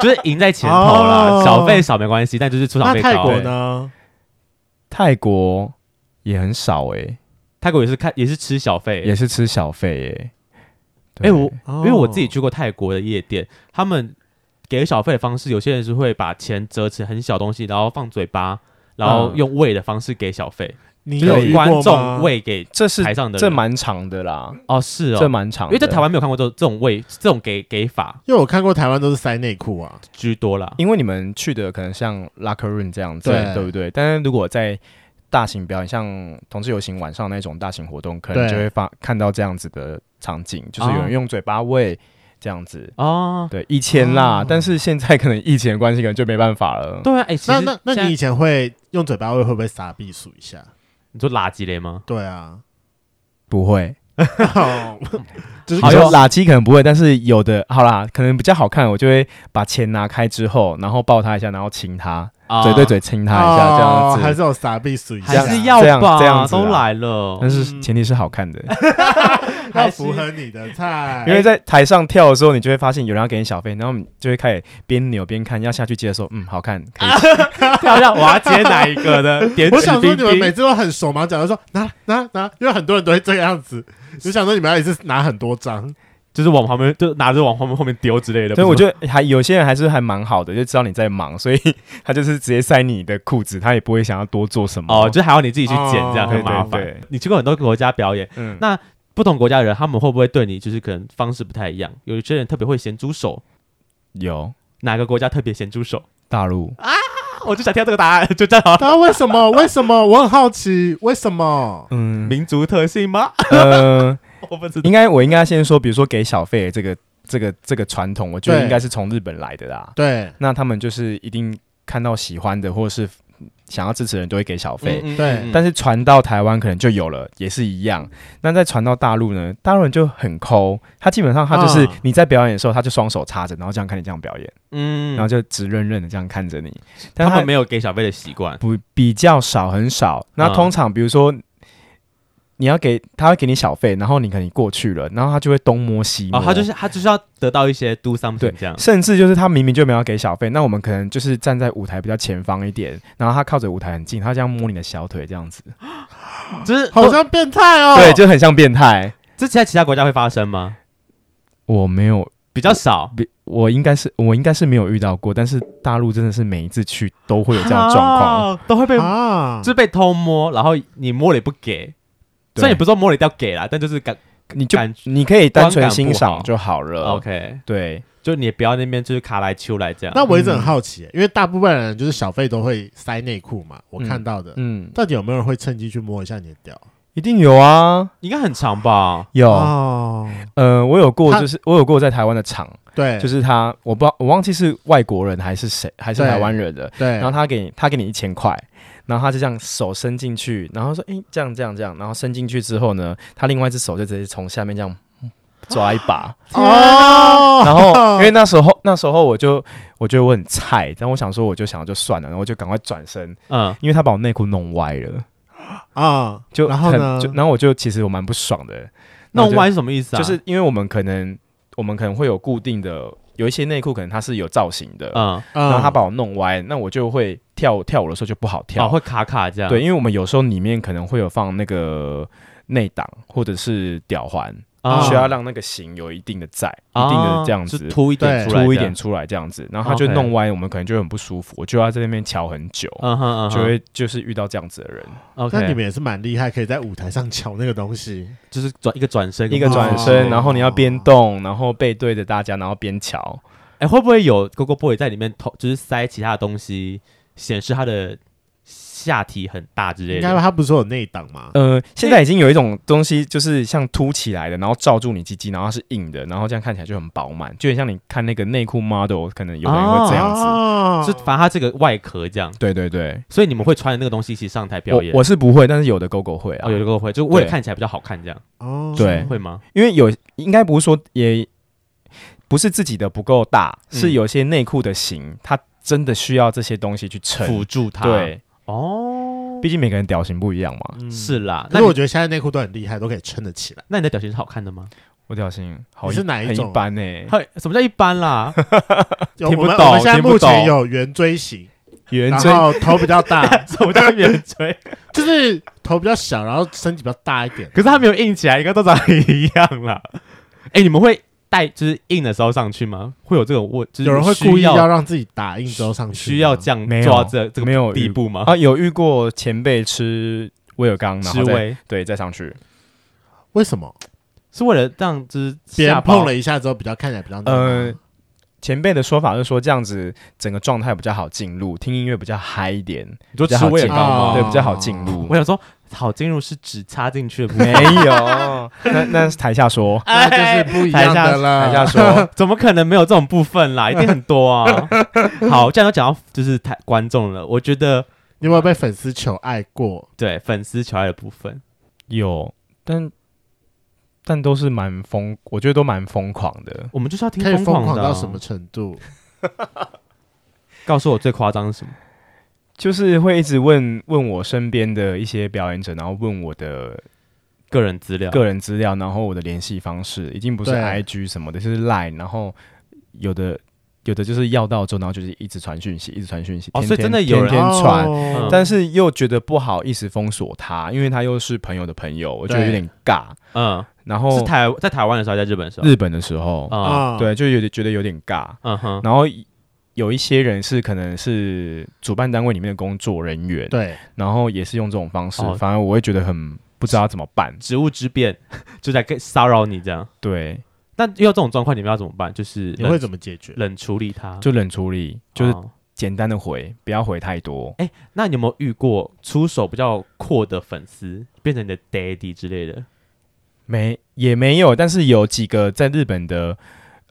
就是赢在前头啦
哦，
小费少没关系，但就是出场
那
费
泰
高。
国
对
呢？
泰国也很少哎、
泰国也是看也是吃小费，
也是吃小费哎、对
哎我
因
因为我自己去过泰国的夜店，他们给小费的方式，有些人是会把钱折成很小东西，然后放嘴巴，然后
嗯
用喂的方式给小费，
你
就
有
是
遇
观
过
众
吗？
喂给
这是
台上的人
这蛮长的啦，
哦是
这
哦，
蛮长
因
的，
为在台湾没有看过这这种喂这种给给法
因为我看过台湾都是塞内裤啊，
居多啦。
因为你们去的可能像 locker room 这样子，
对
对不对？但是如果在大型表演，像同志游行晚上那种大型活动，可能
对
就会发看到这样子的场景，就是有
哦
人用嘴巴喂这样子。
哦，
对，以前啦，
哦
但是现在可能疫情的关系，可能就没办法了。
对啊，哎，其
那
实
那那
现在
你以前会用嘴巴喂，会不会傻逼数一下？
你说垃圾嘞吗？
对啊，
不会，哦
就是
好
好
像
像垃圾可能不会，但是有的好啦，可能比较好看，我就会把钱拿开之后，然后抱他一下，然后亲他，
啊
嘴对，嘴亲他一下，这样
哦
子。
还是有傻逼数一下，
还是
这
要
样这
吧，
样子啊
都来 了，
但是前提是好看的。
要
还是
符合你的菜，
哎
因为在台上跳的时候，你就会发现有人要给你小费，然后你就会开始边扭边看，要下去接的时候，嗯，好看，可以
啊
接。
跳下我要接哪一个呢？点
我
指
想说
兵
你们
兵
每次都很手忙脚乱说拿拿拿，因为很多人都会这样子。就想说你们要一次拿很多 张，
就是往旁边，就拿着往旁边后面丢之类的。
所以我
不是
觉得还有些人还是还蛮好的，就知道你在忙，所以他就是直接塞你的裤子，他也不会想要多做什么。
哦，就是还要你自己去捡，这
哦
样很麻烦
对对对。
你去过很多国家表演，
嗯
那不同国家的人他们会不会对你就是可能方式不太一样？有些人特别会咸猪手，
有
哪个国家特别咸猪手？
大陆，
啊我就想听到这个答案， 就这样好了。
那啊为什么？为什么？我很好奇，为什么？
嗯，
民族特性吗？
呃，
我不知道。
应该我应该先说，比如说给小费的这个这个这个传统，我觉得
对
应该是从日本来的啦。
对
那他们就是一定看到喜欢的或者是想要支持的人，都会给小费。
嗯
对
但是传到台湾可能就有了，也是一样。那再传到大陆呢？大陆人就很抠，他基本上他就是
啊
你在表演的时候，他就双手插着，然后这样看你这样表演，
嗯
然后就直愣愣的这样看着你。但
他
他
们没有给小费的习惯。
不比较少，很少。那
啊
通常比如说。你要给他会给你小费，然后你可能过去了，然后他就会东摸西摸，
哦，他就是他就是要得到一些 do something
对
这样，
甚至就是他明明就没有给小费，那我们可能就是站在舞台比较前方一点，然后他靠着舞台很近，他这样摸你的小腿这样子，
就是
好像变态哦。
对，就很像变态。
这在其他国家会发生吗？
我没有
比较少，
比我应该是我应该是没有遇到过，但是大陆真的是每一次去都会有这样的状况。
啊，都会被
啊
就是被偷摸，然后你摸了也不给，
对
虽然也不是说摸了一定要给啦，但就是感
你就
感
你可以单纯欣
观感不好
赏就好了。
OK，
对，
就你也不要那边就是卡来秋来这样。
那我一直很好奇，因为大部分人就是小费都会塞内裤嘛，我看到的，
嗯，
到底有没有人会趁机去摸一下你的屌？
一定有啊，
应该很长吧？
有。
哦，
呃，我有过，
他
就是我有过在台湾的场，
对，
就是是他，我不知道我忘记是外国人还是谁，还是
对
台湾人的。
对，
然后他给你，他给你一千块，然后他就这样手伸进去，然后说，诶，这样这样这样，然后伸进去之后呢，他另外一只手就直接从下面这样抓一把，
哦，
然后 因为那时候那时候我就我觉得我很菜，但我想说我就想就算了，然后我就赶快转身，
嗯，
因为他把我内裤弄歪了，
啊，
就
然后
很
呢
就然后我就其实我蛮不爽的，
弄
就
歪是什么意思啊？
就是因为我们可能我们可能会有固定的，有一些内裤可能它是有造型的，
嗯，
然
然后他把我弄歪，那我就会跳跳舞的时候就不好跳，
哦会卡卡这样。
对，因为我们有时候里面可能会有放那个内档或者是吊环，
啊，
需要让那个型有一定的在，
啊
一定的这样子
就凸一
对
点出来，
凸一点。出来这样子，然后他就
OK
弄歪，我们可能就很不舒服，我就要在那边瞧很久，
嗯哼嗯哼，
就会就是遇到这样子的人，
OK，
那你们也是蛮厉害，可以在舞台上瞧那个东西。
就是转一个转身，
一个转
哦
身，嗯然后你要边动，然后背对着大家，然后边瞧，
哎，会不会有 g o g o Boy 在里面偷，就是塞其他的东西，显示他的下体很大之类
应
的
该？他不是有内档吗？
呃，现在已经有一种东西就是像凸起来的，然后罩住你鸡鸡，然后它是硬的，然后这样看起来就很饱满，就很像你看那个内裤 model，可能有的人会这样子，
哦
就反正他这个外壳这样，
对对对。
所以你们会穿着那个东西一起上台表
我
演。
我是不会，但是有的狗狗会啊，
哦，有这个会，就为了
对
看起来比较好看这样，
哦
对
会吗？
因为有应该不是说也不是自己的不够大，
嗯
是有些内裤的型，它真的需要这些东西去
辅
撑。
助他，
对，
哦，
毕竟每个人屌型不一样嘛。
嗯
是。啦，
可
那
是
你
我觉得现在内裤都很厉害，都可以撑得起来。
那你的表情是好看的吗？
我屌型好
你
一
是哪一
很
种
一般呢、欸
嘿，什么叫一般 啦？
有
听不
我们
懂
我们现在
听不
目前
懂
有圆锥形，
圆
然
锥
后头比较 大，
什么叫圆锥？
就是头比较小，然后身体比较大一点。
可是它没有硬起来，应该都长得一样 啦。哎、你们会带就是硬的时候上去吗？会有这个我就是
有人会
需
故意
要
要让自己打印之后上去吗，
需要这样
没有
做到这这个
没有
地
遇
步吗？
啊，有遇过前辈吃威尔刚，然
吃
后再
味
对再上去。
为什么？
是为了让就是
别人
下巴
碰了一下之后，比较看起来比较
呃
嗯，
前辈的说法是说这样子整个状态比较好进入，听音乐比较嗨一点，
你说
比较
吃
好
威尔
进
刚
哦
吗？哦
对，比较好进入
我。想说好进入是指插进去的部
没
分，
有，那那是台下说，
那就是不一样的
哎台下
了。
说，
怎么可能没有这种部分啦？一定很多啊！好，这样都讲到就是台观众了，我觉得
你有没有被粉丝求爱过？
对粉丝求爱的部分，
有，但但都是蛮疯，我觉得都蛮疯狂的。
我们就是要听
可以疯
狂
狂
的啊、
到什么程度？
告诉我最夸张是什么？
就是会一直问问我身边的一些表演者，然后问我的
个人资料，
个人资料，然后我的联系方式，已经不是
对
IG 什么的，就是 Line，然后有的有的就是要到之后，然后就是一直传讯息，一直传讯息，
哦
天
所以真的
天
有人
天天传，
哦
嗯
但是又觉得不好意思封锁他，因为他又是朋友的朋友，我觉得有
对
点尬。
嗯，
然
是
后
台在台湾的时候，还是在日本的时候，
日本的时候，
啊，
哦啊，
对，就有点觉得有点尬。
嗯哼，
然后有一些人是可能是主办单位里面的工作人员，
对，
然后也是用这种方式，
哦嗯
反而我会觉得很不知道怎么办。
职务之便就在跟骚扰你这样。
对，
但遇到这种状况，你们要怎么办？就是
你会
冷
怎么解决？
冷处理他，
就冷处理，就是
哦
简单的回，不要回太多。
那你有没有遇过出手比较阔的粉丝，变成你的 daddy 之类的？
没也没有，但是有几个在日本的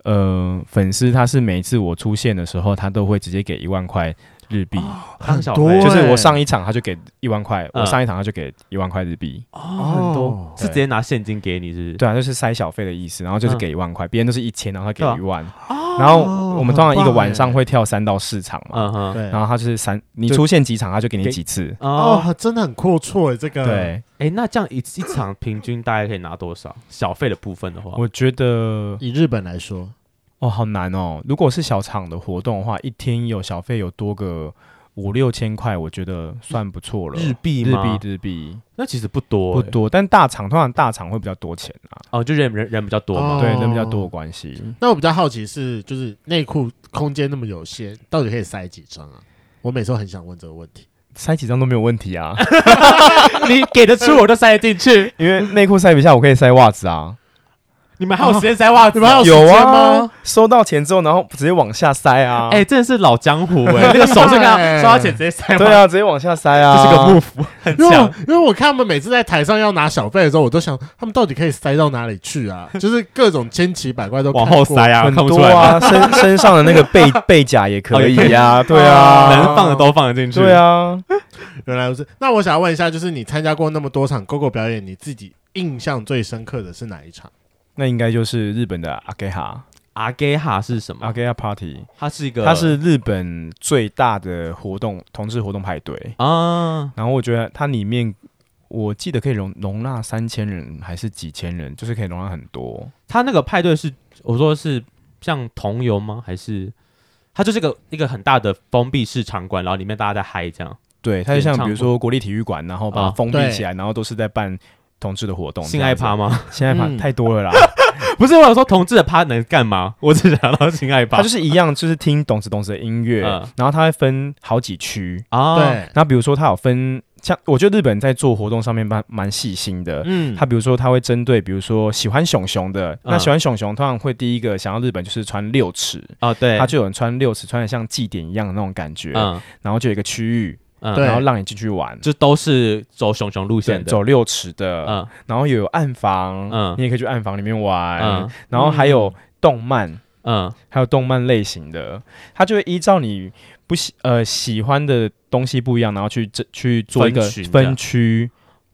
呃粉丝，他是每一次我出现的时候，他都会直接给一万块日币。
当小
多
费
就是
对
我上一场他就给一万块，
哦嗯
我上一场他就给一万块日币，
哦，很多
哦
是直接拿现金给你，是不是？
对啊，就是塞小费的意思，然后就是
嗯
给一万块，别人都是一千，然后他给
对啊
一万，然后我们通常一个晚上
很棒
会跳三到四场嘛，
嗯哼，
对
然后他就是三，你
就
出现几场他就给你
给
几次，
哦，
哦，真的很阔绰诶这个。，
对，
哎，那这样一一场平均大概可以拿多少？小费的部分的话，
我觉得
以日本来说，
哦好难哦，如果是小场的活动的话，一天有小费有多个五六千块，我觉得算不错了，
日币
日
吗
币日币
那其实不多
不
欸，
多，但大场通常大场会比较多钱啊，
哦，就人人人比较多嘛
哦。
对，人比较多的关
嗯
系，
那我比较好奇是，就是内裤空间那么有限，到底可以塞几张啊？我每次都很想问这个问题。
塞几张都没有问题 啊，
你给得出，我都塞得进 去。
因为内裤塞不下，我可以塞袜子啊。
你们还有时间塞袜子
你们还
吗？
有
有
时间
啊
吗，
收到钱之后，然后直接往下塞啊。
哎，真的是老江湖哎，那个手是看到收到钱直接塞
对
袜
啊，直接往下塞啊，
子，这是个幕府，很
因为我
强。
因为我看他们每次在台上要拿小费的时候，我都想他们到底可以塞到哪里去啊？就是各种千奇百怪都
往后
看过
塞啊，
很
看不出
多
来哦吗？
啊，身 身上的那个背背甲也可以呀、对啊，
能放的都放得进去。
对，啊，
原来如此。那我想问一下，就是你参加过那么多场 GoGo 表演，你自己印象最深刻的是哪一场？
那应该就是日本的阿给哈
阿给哈是什
阿
么？
给哈 party，
它是一个，
它是日本最大的活动同志活动派对，
啊，
然后我觉得它里面。我记得可以容容纳三千人还是几千人，就是可以容纳很多。
它那个派对是我说是像同游吗？还是它就是一个一个很大的封闭式场馆，然后里面大家在嗨这样，
对，它就
演
像
唱
比如
会
说国立体育馆，然后把它
啊
封闭
对
起来，然后都是在办同志的活动。
性爱趴
吗？
吗？
性爱趴
嗯
太多了啦，
不是，我有说同志的趴能干嘛？我只想到性爱趴
它就是一样，就是听懂子懂子的音乐
嗯，
然后它会分好几区。
啊，，
对，
那比如说它有分，像我觉得日本在做活动上面蛮蛮细心的。
嗯，
它比如说，它会针对比如说喜欢熊熊的，那
嗯
喜欢熊熊通常会第一个想要日本就是穿六尺，
啊，对，
它就有人穿六尺，穿的像祭典一样的那种感觉，
嗯
然后就有一个区域，
嗯，
对
然后让你进去玩，
就都是走熊熊路
对
线的，
走六尺的，
嗯
然后也有暗房，
嗯
你也可以去暗房里面玩，
嗯
然后还有动漫，
嗯
还有动漫类型的，它就会依照你不喜呃喜欢的东西不一样，然后去这去做一个
分群这样
分区。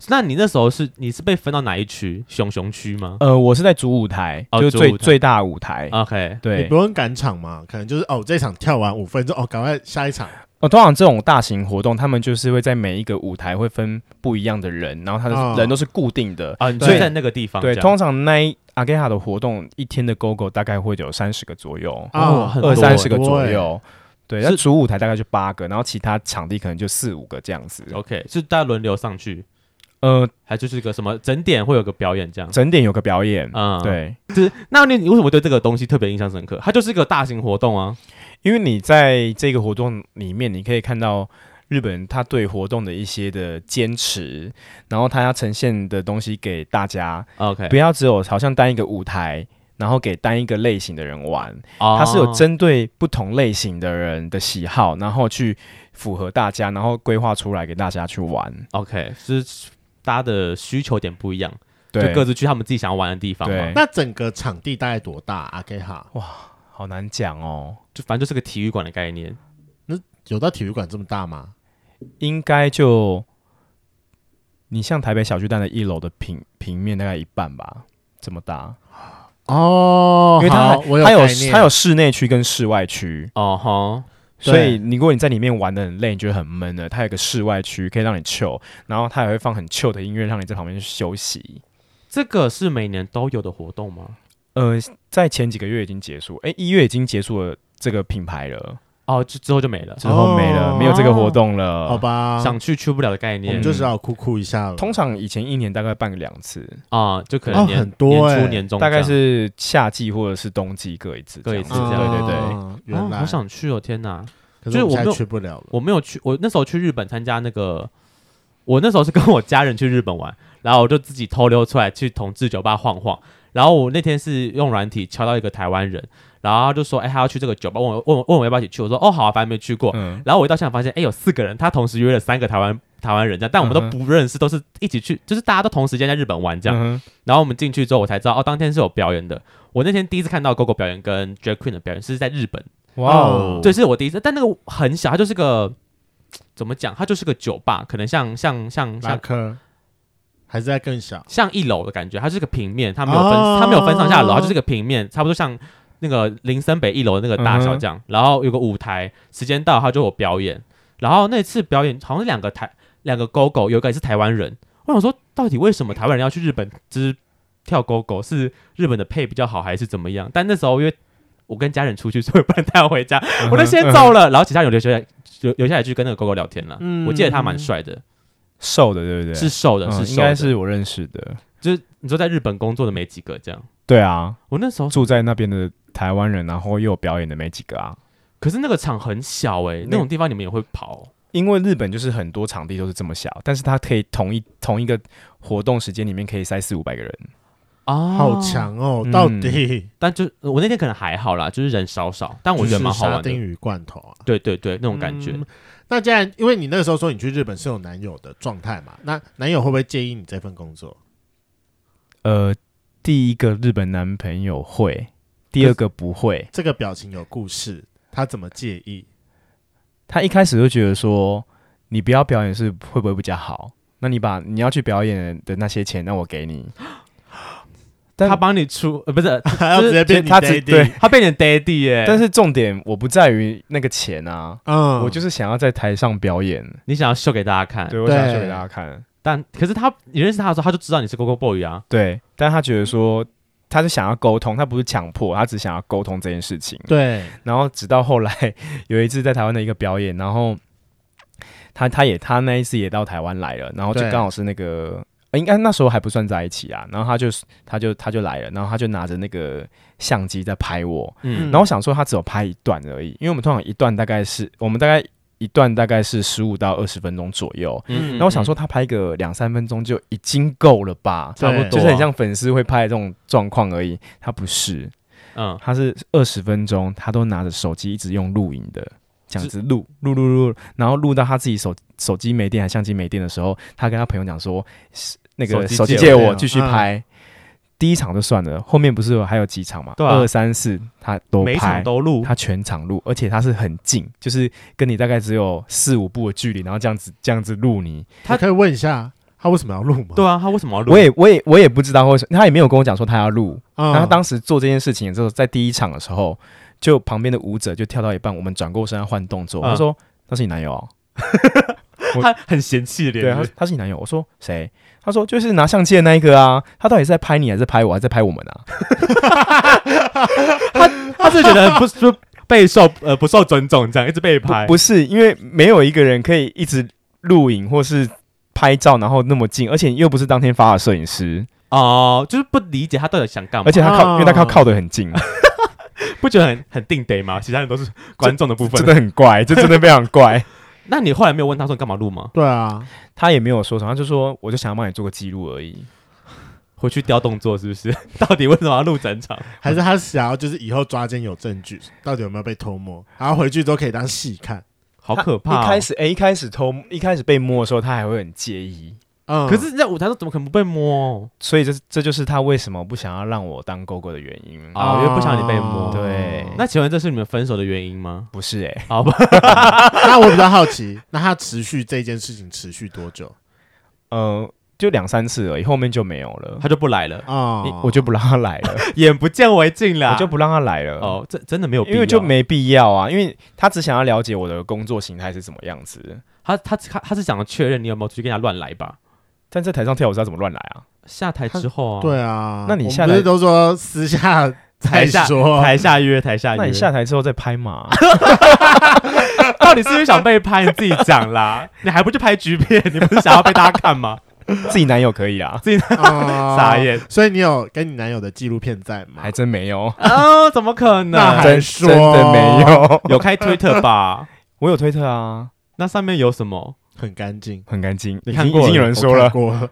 那你那时候是你是被分到哪一区？熊熊区吗
呃，我是在主舞台，
哦
就是最
主舞台哦
最大舞台。
？OK，
你
对
不，用赶场嘛，可能就是哦，这场跳完五分钟，哦，赶快下一场，
哦，通常这种大型活动，他们就是会在每一个舞台会分不一样的人，然后他
哦
的人都是固定的。
啊，你就
对
在那个地方这
对，
样，
通常那一阿盖哈的活动一天的 GO GO 大概会有三十个左右，
啊
哦很多
二三十个
很多
左
欸
右。对，那主舞台大概就八个，然后其他场地可能就四五个这样子。
OK，是大家轮流上去，
呃，
还就是个什么整点会有个表演这样。
整点有个表演，
嗯，，
对，
就是那你你为什么对这个东西特别印象深刻？它就是一个大型活动啊，
因为你在这个活动里面，你可以看到日本人他对活动的一些的坚持，然后他要呈现的东西给大家，
OK，
不要只有好像单一个舞台，然后给单一个类型的人玩，
它
它是
哦
有针对不同类型的人的喜好，然后去符合大家，然后规划出来给大家去玩。
OK，就是大家的需求点不一样，就
对，
各自去他们自己想要玩的地方嘛
对。
那整个场地大概多大？阿 K 哈，
好难讲哦，
就反正就是个体育馆的概念，
有到体育馆这么大吗？
应该就你像台北小巨蛋的一楼的平平面大概一半吧，这么大，
哦
因为它
好我有
它有
概念
它有室内区跟室外区。
哦吼，
对
所以你如果你在里面玩的很累，你觉得很闷的，它有个室外区可以让你 chill，然后它也会放很 chill 的音乐让你在旁边休息。
这个是每年都有的活动吗？
呃，在前几个月已经结束，诶，一月已经结束了这个品牌了，
哦，就之后就没了，
之后没了，
哦
没有这个活动了。
好，吧，
想去去不了的概
我
念
们就只好哭哭一下了。
通常以前一年大概办个两次，
啊，就可
哦
能年
很多
年
欸
初年终
大概
这样
是夏季或者是冬季各一次这样子，
各一次这样
啊对对对。
哦原
哦，
来
好想去哦，天哪！
可
就是
是我
我
们现
没
在
有
去不了了。
我没有去，我那时候去日本参加那个，我那时候是跟我家人去日本玩， 然后我就自己偷溜出来去同志酒吧晃晃。然后我那天是用软体敲到一个台湾人，然后他就说：“哎、他要去这个酒吧，问我问我问我要不要一起去。”我说：“哦，好啊，反正没去过。
嗯，
然后我一到现场发现，哎、有四个人，他同时约了三个台湾台湾人，这样，但我们
嗯
都
哼
不认识，都是一起去，就是大家都同时间在日本玩这样。
嗯哼
然后我们进去之后，我才知道哦，当天是有表演的。我那天第一次看到 GoGo 表演跟 Drag Queen 的表演是在日本，
哇
啊
哦，
对，是我第一次，但那个很小，它就是个怎么讲？它就是个酒吧，可能像像像
拉
像
科还是在更小
像一楼的感觉，它是个平面，它没有分，它没有分上下楼，它就是个平面，差不多像那个林森北一楼的那个大小这样。然后有个舞台，时间到它就有表演。然后那次表演好像是两个台两个狗狗，有一个也是台湾人。我想说，到底为什么台湾人要去日本就是跳狗狗？是日本的配比较好，还是怎么样？但那时候因为我跟家人出去，所以我不能带我回家，我就先走了。然后其他人有留下来，留留下来去跟那个狗狗聊天了。
嗯
我记得他蛮帅的，
瘦的对不对？
是瘦的，
嗯
是瘦的
应该是我认识的。
就是你说在日本工作的没几个这样。
对啊，
我那时候，
住在那边的台湾人，然后又有表演的没几个啊。
可是那个场很小哎、那种地方你们也会跑
因为日本就是很多场地都是这么小，但是它可以同一同一个活动时间里面可以塞四五百个人。
啊
好！强哦，
嗯
到底
但就呃我那天可能还好啦，就是人少少，但我觉得蛮好
就是
玩
沙丁
的。
鱼罐头啊，
对对对，那
那
种感觉。
那既然因为你那个时候说你去日本是有男友的状态嘛，那男友会不会介意你这份工作？
呃，第一个日本男朋友会，第二个不会。
这个表情有故事，他怎么介意？
他一开始就觉得说，你不要表演是会不会比较好？那你把你要去表演的那些钱，那我给 你。但
他帮你出，呃，不 是
他要直接变你
他只
daddy
对，
他变成 daddy 耶、
但是重点我不在于那个钱啊，
嗯，
我就是想要在台上表演，
你想要秀给大家看，
对我想要
对
秀给大家看。
但可是他你认识他的时候，他就知道你是 Gogo Boy 啊。
对，但他觉得说，他是想要沟通，他不是强迫，他只想要沟通这件事情。
对，
然后直到后来有一次在台湾的一个表演，然后他他也他那一次也到台湾来了，然后就
对
刚好是那个。呃应该那时候还不算在一起啊，然后他就他就他就来了，然后他就拿着那个相机在拍我，
嗯
嗯
然后我想说他只有拍一段而已，因为我们通常一段大概是我们大概一段大概是十五到二十分钟左右，
嗯
然后我想说他拍个两三分钟就已经够了吧，
差不多啊
就是很像粉丝会拍的这种状况而已，他不是，
嗯，
他是二十分钟，他都拿着手机一直用录影的，这样子录录录录，然后录到他自己手手机没电还相机没电的时候，他跟他朋友讲说，是那个
手机
手机
借
借
我
我继续拍。第一场就算了，后面不是有还有几场嘛？
对啊
二三四他都
每一
拍
场，都录，
他全场录，而且他是很近，就是跟你大概只有四五步的距离，然后这样子这样子录你。
他可以问一下他为什么要录吗？
对啊，他为什么要录？
我也我也我也不知道为什么，他也没有跟我讲说他要录，
嗯，
然后他当时做这件事情的时候，在第一场的时候，就旁边的舞者就跳到一半，我们转过身要换动作，
嗯
他说：“他是你男友啊？我
他很嫌弃的
对，
脸，
啊他
就是
他是你男友。我说谁？他说就是拿相机的那一个啊。他到底是在拍你，还是拍我，还是在拍我们啊？
他是觉得很不 不备受呃不受尊重，这样一直被拍
不，不是，因为没有一个人可以一直录影或是拍照，然后那么近，而且又不是当天发的摄影师，
哦，就是不理解他到底想干嘛，
而且他靠，
啊
因为他靠靠得很近，
不觉得很很定得吗？其他人都是观众的部
真
分。
的很怪，这真的非常怪。
那你后来没有问他说你干嘛录吗？
对啊，
他也没有说什么，他就说我就想要帮你做个记录而已。
回去雕动作是不是？ 到底为什么要录整场？
还是他想要就是以后抓奸有证据，到底有没有被偷摸，然后回去都可以当细看。
好可怕、
他
哦！
一开始，哎、一开始偷，一开始被摸的时候，他还会很介意，
嗯，
可是，在舞台上怎么可能不被摸？
所以这是这就是他为什么不想要让我当狗狗的原因。
啊哦因为不想你被摸
对
那请问这是你们分手的原因吗？
不是哎、诶
好吧，
那我比较好奇，那他持续这件事情持续多久
呃，就两三次而已，后面就没有了。
他就不来了，
啊
你？我就不让他来 了，
眼不见为净啦。
我就不让他来了。
啊哦，这真的没有必要，
因为就没必要啊，因为他只想要了解我的工作形态是什么样子。
他他他他是想要确认你有没有出去跟他乱来吧？
但在台上跳舞是要怎么乱来啊？
下台之后啊，，
对啊，
哦那你
我们
下
不
来
是都说私下才
台下
说？
台下约台下约，
啊那你下台之后再 拍嘛？
到底是不是想被拍？你自己讲 啦，你还不去拍 G 片？你不是想要被大家看吗？
自己男友可以 啊，
啊
傻眼。
所以你有跟你男友的纪录片在吗？
还真没有，
啊，怎么可
那
能？
还
真
说
真的没有。
有开 Twitter 吧？
我有推特啊，
那上面有什么？
很干净。
很干净，
你
已
看
经
过
已经有
了
人
我
说
看
了，
过了，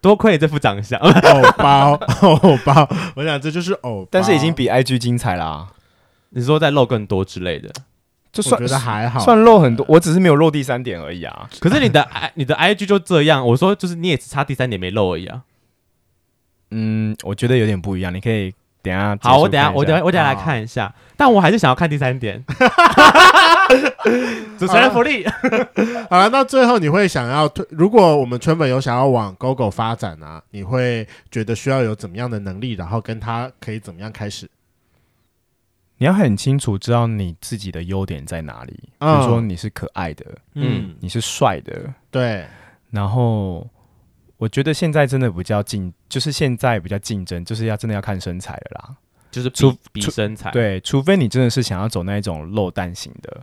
多亏你这副长相，
偶包，偶包，我想这就是偶包，
但是已经比 IG 精彩啦，
你说再露更多之类的。
就
我
算
觉得还好，
算漏很多，我只是没有漏第三点而已啊。
可是你的 I 你的 IG 就这样，我说就是你也只差第三点没露而已啊。
嗯，我觉得有点不一样，你可以等一下结束看一下。
好，我等一下我等一下我啊等一下来看一下，但我还是想要看第三点。 主持人福利，
好了，那最后你会想要推？如果我们春粉有想要往 GoGo 发展啊，你会觉得需要有怎么样的能力，然后跟他可以怎么样开始？
你要很清楚知道你自己的优点在哪里，比
嗯
如说你是可爱的，
嗯
嗯，
你是帅的，
对，
然后我觉得现在真的比较竞，就是现在比较竞争，就是要真的要看身材了啦。
就是
除
比比
除
身材，
对，除非你真的是想要走那一种肉蛋型的，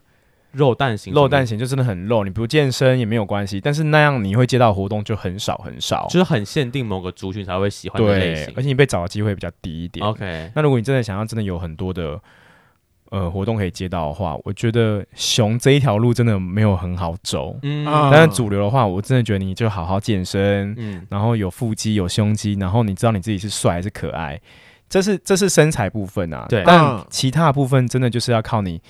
肉蛋型，
肉蛋型就真的很肉，你不健身也没有关系，但是那样你会接到的活动就很少很少
就，是很限定某个族群才会喜欢的类
对，而
型。
且你被找的机会比较低一点。
OK，
那如果你真的想要真的有很多的呃活动可以接到的话，我觉得熊这一条路真的没有很好走。
嗯
啊
但是主流的话，我真的觉得你就好好健身，
嗯，
然后有腹肌有胸肌，然后你知道你自己是帅还是可爱，这是这是身材部分啊。
对
但
嗯
其他部分真的就是要靠你。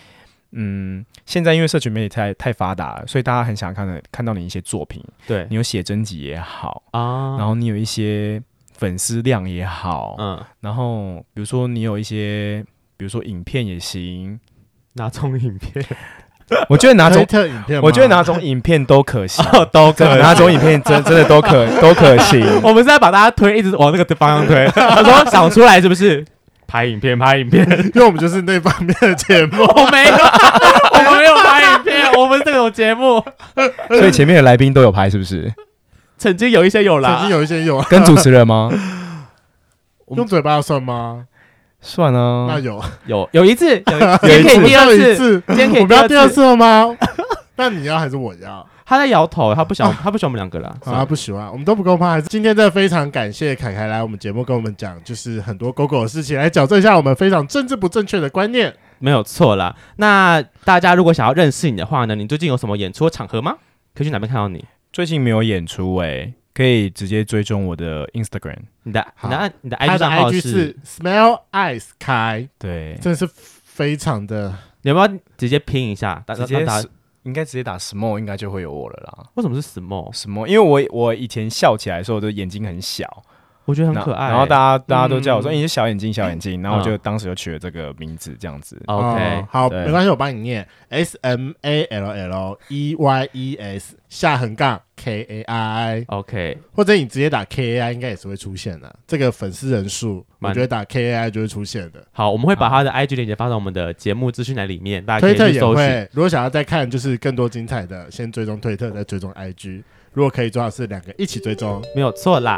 嗯，现在因为社群媒体太太发达了，所以大家很想看的看到你一些作品，
对
你有写真集也好，
啊，
然后你有一些粉丝量也好，
嗯，
然后比如说你有一些，比如说影片也 行。
哪种影 片？
我觉得哪
推
种，
特影片吗，
啊我觉得哪种影片都可 行，
哦都
真的哪种影片真真的都可都可 行。
我们是在把大家推，一直往那个方向 推。他说想出来是不是？拍影片，拍影 片。
因为我们就是那方面的节 目，
我哦没有，我们没有拍影片，我们这种节目
所以前面的来宾都有拍，是不是？
曾经有一些有
曾
啦，
经有一些有啊
跟主持人吗？
我们
用嘴巴算吗？
算
那
啊，
有，
有有一 次，有一
有
今天可
一
以第
我
二
们上一
次，
哎次，
今天可
我
以
们要第二
次。
次了吗？ 那你要还是我要？
他在摇头，他不想，他不喜欢我们 两个啦。
好啊，不喜欢，我们都不够怕。还是今天真的非常感谢凯凯来我们节目跟我们讲，就是很多狗狗的事情，来矫正一下我们非常政治不正确的观念。
没有错啦。那大家如果想要认识你的话呢，你最近有什么演出场合吗？可以去哪边看到你？
最近没有演出哎、可以直接追踪我的 Instagram。
你的
好
你的你的
他
IG
的
账号
IG 是
是？
Smell Eyes 凯，
对，
真的是非常的
你要不要直接拼一下？打
直
打
接
打，
s- 应该直接打 small 应该就会有我了啦。
为什么是 small？
small，因为我我以前笑起来的时候，我的眼睛很小，
我觉得很可爱。
然后大家大家都叫我说：“
嗯
哎你是小眼睛，小眼 睛。”然后我就
嗯
当时就取了这个名字，这样子。
哦
OK，
好，
对
没关系，我帮你念 S M A L L E Y E S 下横杠 K A I，
OK，
或者你直接打 K A I 应该也是会出现的。这个粉丝人数，我
蛮
觉得打 K A I 就会出现的。
好，我们会把他的 IG 链接放到我们的节目资讯栏里面，大家可
推特
以去
也
搜寻。
会，如果想要再看就是更多精彩的，先追踪推特，再追踪 IG。如果可以，最好是两个一起追踪。
没有错啦，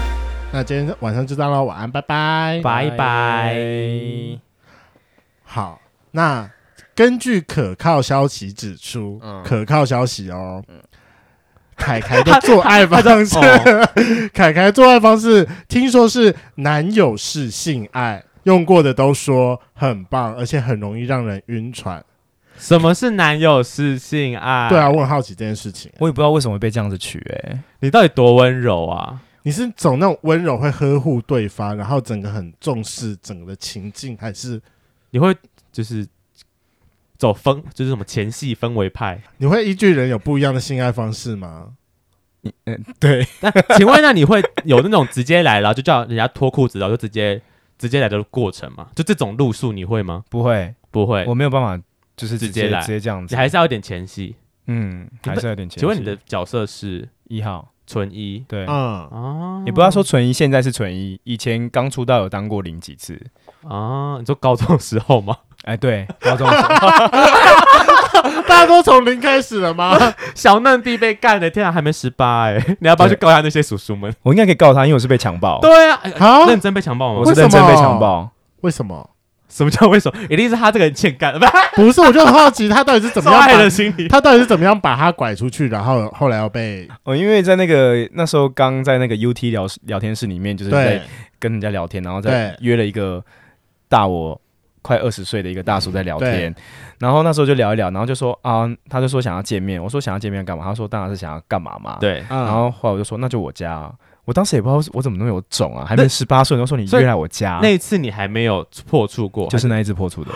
那今天晚上就这样喽，晚安，拜拜。
拜拜。
好，那根据可靠消息指出，
嗯
可靠消息哦，凯凯的做爱方式， 凯凯做爱方式，听说是男友式性爱，用过的都说很棒，而且很容易让人晕船。
什么是男友是性爱？
对啊，，我很好奇这件事情。
我也不知道为什么会被这样子取，哎，
你到底多温柔啊？
你是走那种温柔会呵护对方，然后整个很重视整个的情境，还是
你会就是走氛，就是什么前戏氛围派？
你会依据人有不一样的性爱方式吗？
对，
那 请问，那你会有那种直接来，然后就叫人家脱裤子，然后就直接直接来的过程吗？就这种路数，你会吗？
不会，
不会，
我没有办法，就是
直
直
接
接
来
直接这样子，
你还是要有点前戏。
嗯，还是有点前
请问
戏
你的角色是
一号，
纯一
对，
嗯，
啊？
也不要说纯一，现在是纯一，以前刚出道有当过零几次，
啊？你说高中的时候吗？
哎，对，高中的 时候
大家都从零开始了吗？
小嫩弟被干的，天啊，还没十八哎！ 你要不要去
对
告他那些叔叔们？
我应该可以告他，因为我是被强暴，
对啊，哎
好，
认真被强暴
我
吗？
为
是认
什
真
么
被强暴，
为什么？
什么叫为什么？一定是他这个人欠 干，不是
不是，我就很好奇他到底是怎么
受
样
害
把
的心理。
他到底是怎么样把他拐出去，然后后来又被
哦，因为在那个那时候刚在那个 UT 聊聊天室里面，就是在
对
跟人家聊天，然后再
对
约了一个大我快二十岁的一个大叔在聊天，然后那时候就聊一聊，然后就说啊，他就说想要见面，我说想要见面干嘛？他说当然是想要干嘛嘛。，
对，
嗯
然后后来我就说那就我家、啊，我当时也不知道我怎么那么有种啊，还没十八岁，然后说你
所以
约来我家，啊
那一次你还没有破处过，啊
就是那一只破处的，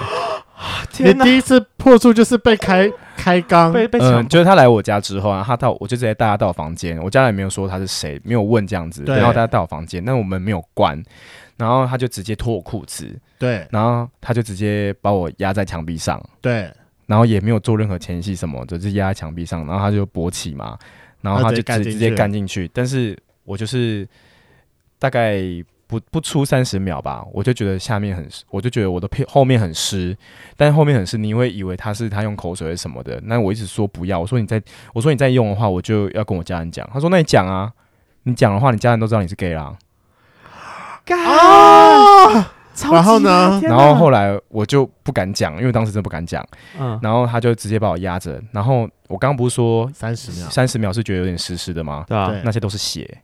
你
天哪，
第一次破处就是被开开缸，
被被
嗯，
强
就是他来我家之后啊，他到我就直接带他到我房间，我家人没有说他是谁，没有问这样子，
对
然后他到我房间，那我们没有关，然后他就直接脱我裤子，
对
然后他就直接把我压在墙壁上，
对，
然后也没有做任何前戏什么，就是压在墙壁上，然后他就勃起嘛，然后
他
他
直
就
接干
直
进
直接
去
干进去，但是我就是大概不不出三十秒吧，我就觉得下面很，我就觉得我的屁后面很湿，但后面很湿，你会以为他是他用口水什么的，那我一直说不要，我说你再我说你再用的话，我就要跟我家人讲，他说那你讲啊，你讲的话，你家人都知道你是 gay 啦，
啊，
超级
然后呢
天
然
哪
后后来我就不敢讲，因为当时真的不敢讲，
嗯，
然后他就直接把我压着，然后我刚刚不是说
三十秒，
三十秒是觉得有点湿湿的吗？
啊对啊
对，
那些都是血，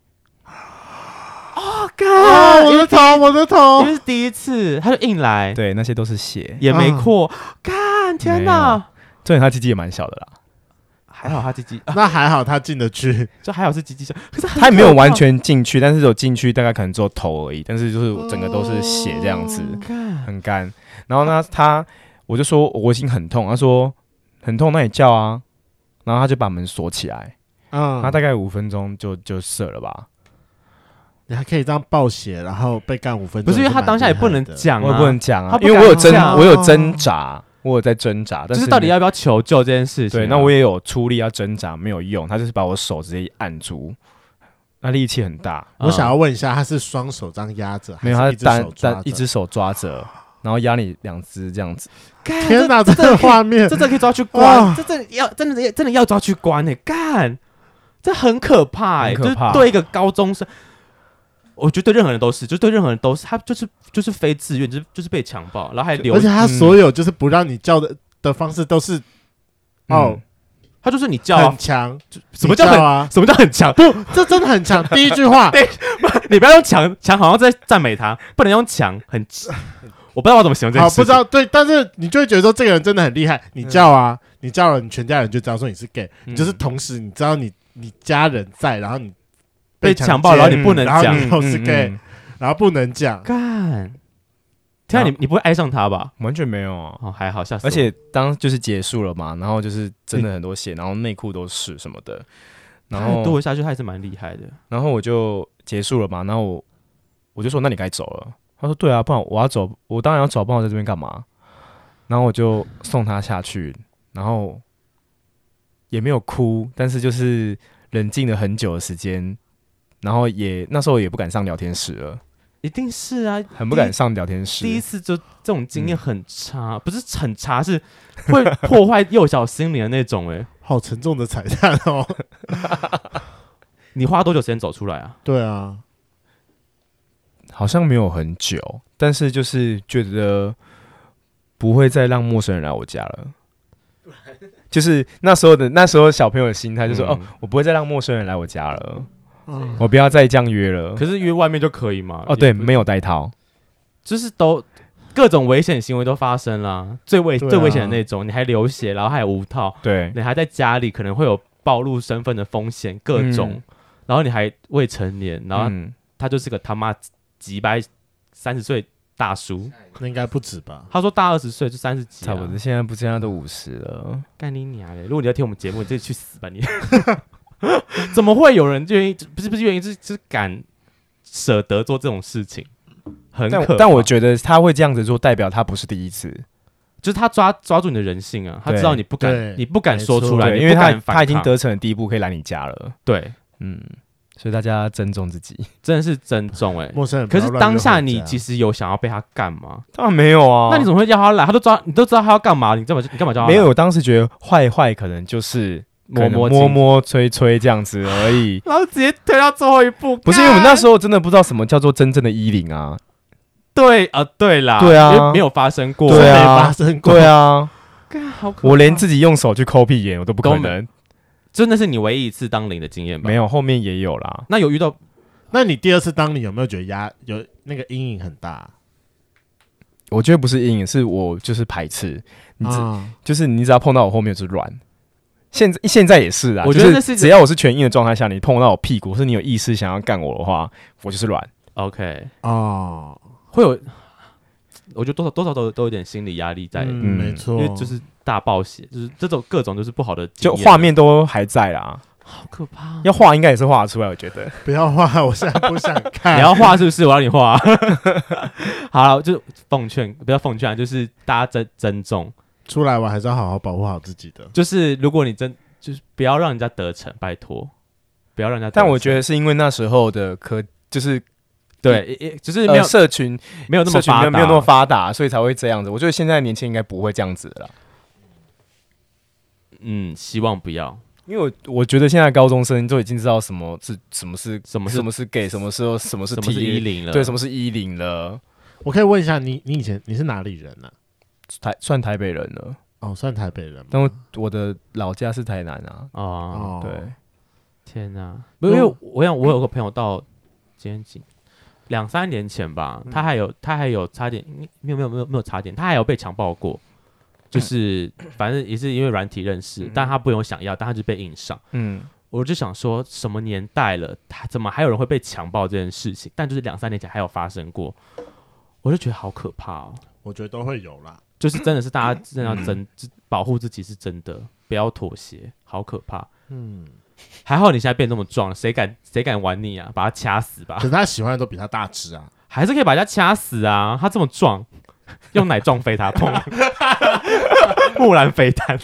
哦
啊，我的头，我的
因
头
为，是第一次，他就硬来，
对，那些都是血。
也没扩，干，天
没
哪！
重点他鸡鸡也蛮小的啦，
还好他鸡鸡，啊
那还好他进得去，
就还好是鸡鸡小，可是
他也没有完全进去，但是有进去大概可能只有头而已，但是就是整个都是血这样
哦
子，
干，
很干。然后呢，他我就说我已经很痛，他说很痛，那你叫啊。然后他就把门锁起来，
嗯
他，大概五分钟就就射了吧，
你还可以这样暴血，然后被干五分
不
钟，
是因为他当下也不能
这
讲
我也
啊，
不能讲啊
他，不
因
敢
为我有挣
讲哦
我有挣扎，我有在挣扎，但
就是是到底要不要求救这件事情啊。
对，那我也有出力要挣扎，没有用，他就是把我手直接按住，那力气很大，
嗯
我想要问一下，他是双手这样压着，
没有，
还
他
是
是
一只
单
手抓
单
着
一只。手抓着，然后压你两只这样子，
干
天哪，这
这
个
这
画面
这，真的可以抓去
哇
关，这真的要真的真的要抓去关呢，干，这很可怕哎，
很
就
可
是
怕
对一个高中生。我觉得对任何人都是，就是对任何人都是，他就是就是非自愿，就是就是被强暴，然后还留
而且他所有就是不让你叫的的方式都是，哦
嗯，
他就是你叫啊
很，强，
什么叫
你
很
叫啊？
什么叫很 强？
不，这真的很 强。第一句话，
你不要用强，强好像在赞美他，不能用强，很， 我不知道我怎么形容这
好，
件事
不
情。
知道对，但是你就会觉得说这个人真的很厉害。
嗯
你叫啊，你叫了，你全家人就知道说你是 gay，、
嗯
你就是同时你知道你你家人在，然后你
被
强
强暴
奸
然后你不能
然后你
嗯
讲
哦
嗯
又是 gay，、然后不能讲。
干，天啊，你你不会爱上他吧？
完全没有啊。
哦，还好，吓死我！
而且当就是结束了嘛，然后就是真的很多血，然后内裤都是什么的，然
他剁
后
一下去，他还是蛮厉害的。
然后我就结束了嘛，然后我我就说那你该走了，他说对啊，不然我要走，我当然要走，不然我在这边干嘛？然后我就送他下去，然后也没有哭，但是就是冷静了很久的时间，然后也那时候也不敢上聊天室了，
一定是啊，
很不敢上聊天室。
第一次就这种经验很差，不是很差，是 会破坏幼小心灵的那种、欸。
好沉重的彩蛋哦。
你花多久时间走出来啊？
对啊，
好像没有很久，但是就是觉得不会再让陌生人来我 家了。就是那时候的那时候小朋友的心态，就说、
嗯
哦，我不会再让陌生人来我家了，我不要再这样约了。
可是约外面就可以嘛？
哦，对，
也不
没有带套，
就是都各种危险行为都发生啦，最危、
对啊
最危险的那种，你还流血，然后还有无套，
对，
你还在家里可能会有暴露身份的风险，各种，
嗯
然后你还未成年，然后
嗯
他就是个他妈几百三十岁大叔，
那应该不止吧？
他说大二十岁就三十几、啊，
差不多，现在不现在都五十了，
干你娘嘞！如果你要听我们节目，你就去死吧你！ 怎么会有人愿意？不是不是愿意，就是就是敢舍得做这种事情，很可怕
但但我觉得他会这样子做，代表他不是第一次，
就是他抓抓住你的人性啊，他
对
知道你不敢
对，
你不敢说出来，
对，
你
因为
不
他
敢反
他已经
抗
得逞的第一步，可以来你家了，
对，
嗯，所以大家珍重自己。
真的是珍重哎。
陌生人不
可
要
是
乱约
当下
会这
你
样
其实有想要被他干嘛？
当然没有啊，
那你怎么会叫他来？他都抓，你都知道他要干嘛，你干嘛你干嘛叫他来
没有？我当时觉得坏坏可啊能就是
摸摸
摸
亲，。
摸吹吹这样子而已
然后直接推到最后一步。
不是因为我们那时
候
候真的不知道什么叫做真正的衣领啊，
对啊，对啦，
对啊
因为没有发生过，
对啊
真的发生过。
对啊，
干好可怕
我连自己用手去抠屁眼我都不可
都
能，
真的是你唯一一次当零的经验吧？
没有，后面也有啦。
那有遇到
那你第二次当你有没有觉得压有那个阴影很大？
我觉得不是阴影，是我就是排斥，你只、
啊，
就是你只要碰到我后面就是软。现在现在也是啊，
我觉得
就
那是一个
只要我是全硬的状态下，你碰到我屁股，或是你有意识想要干我的 话，我就是软。
OK
哦，
会有，我觉得多少多少都有都有点心理压力在，
嗯，
嗯
没
因
错
为，就是大暴血，就是这种各种就是不好的经
就
验，
画面都还在 啦，
好可怕。啊
要画应该也是画得出来，我觉 得。
不要画，我现在不想看。
你要画是不是？我让你画。 好了，就是奉劝，不要奉劝啊，就是大家珍珍重，
出来，我还是要好好保护好自己的。
就是如果你真就是不要让人家得逞，拜托，不要让人家得逞。
但我觉得是因为那时候的科就是
对，也也就是没
呃
有
社群
没有那
社
么
群
发
没
达，
有没有那么发达，所以才会这样子。我觉得现在年轻人应该不会这样子了啦，
嗯，希望不要
因为我我觉得现在高中生都已经知道什么是什么是
什么是
什么是 gay，什么是什么是
什么是
T E，
衣领了，
对，什么是衣领了，
我可以问一下你，你以前你是哪里人呢、
台算台北人了。
哦，算台北人吗？
但我我的老家是台南啊，
啊？
哦，
对，
天哪、没有，因
如
为我想我有个朋友到今天几两三年前吧，他还有他还有差点没有没有没有没有差点，他还有被强暴过，就是反正也是因为软体认识，但他不用想要，但他就被硬上。
嗯，
我就想说，什么年代了，他怎么还有人会被强暴这件事情？但就是两三年前还有发生过，我就觉得好可怕哦。
我觉得都会有啦。
就是真的是大家真的要真、保护自己是真的，不要妥协，好可怕。
嗯，
还好你现在变那么壮，谁敢谁敢玩你啊？把他掐死吧
可，是他喜欢的都比他大只啊，
还是可以把人家掐死啊！他这么壮，用奶撞飞他，砰！木兰飞弹，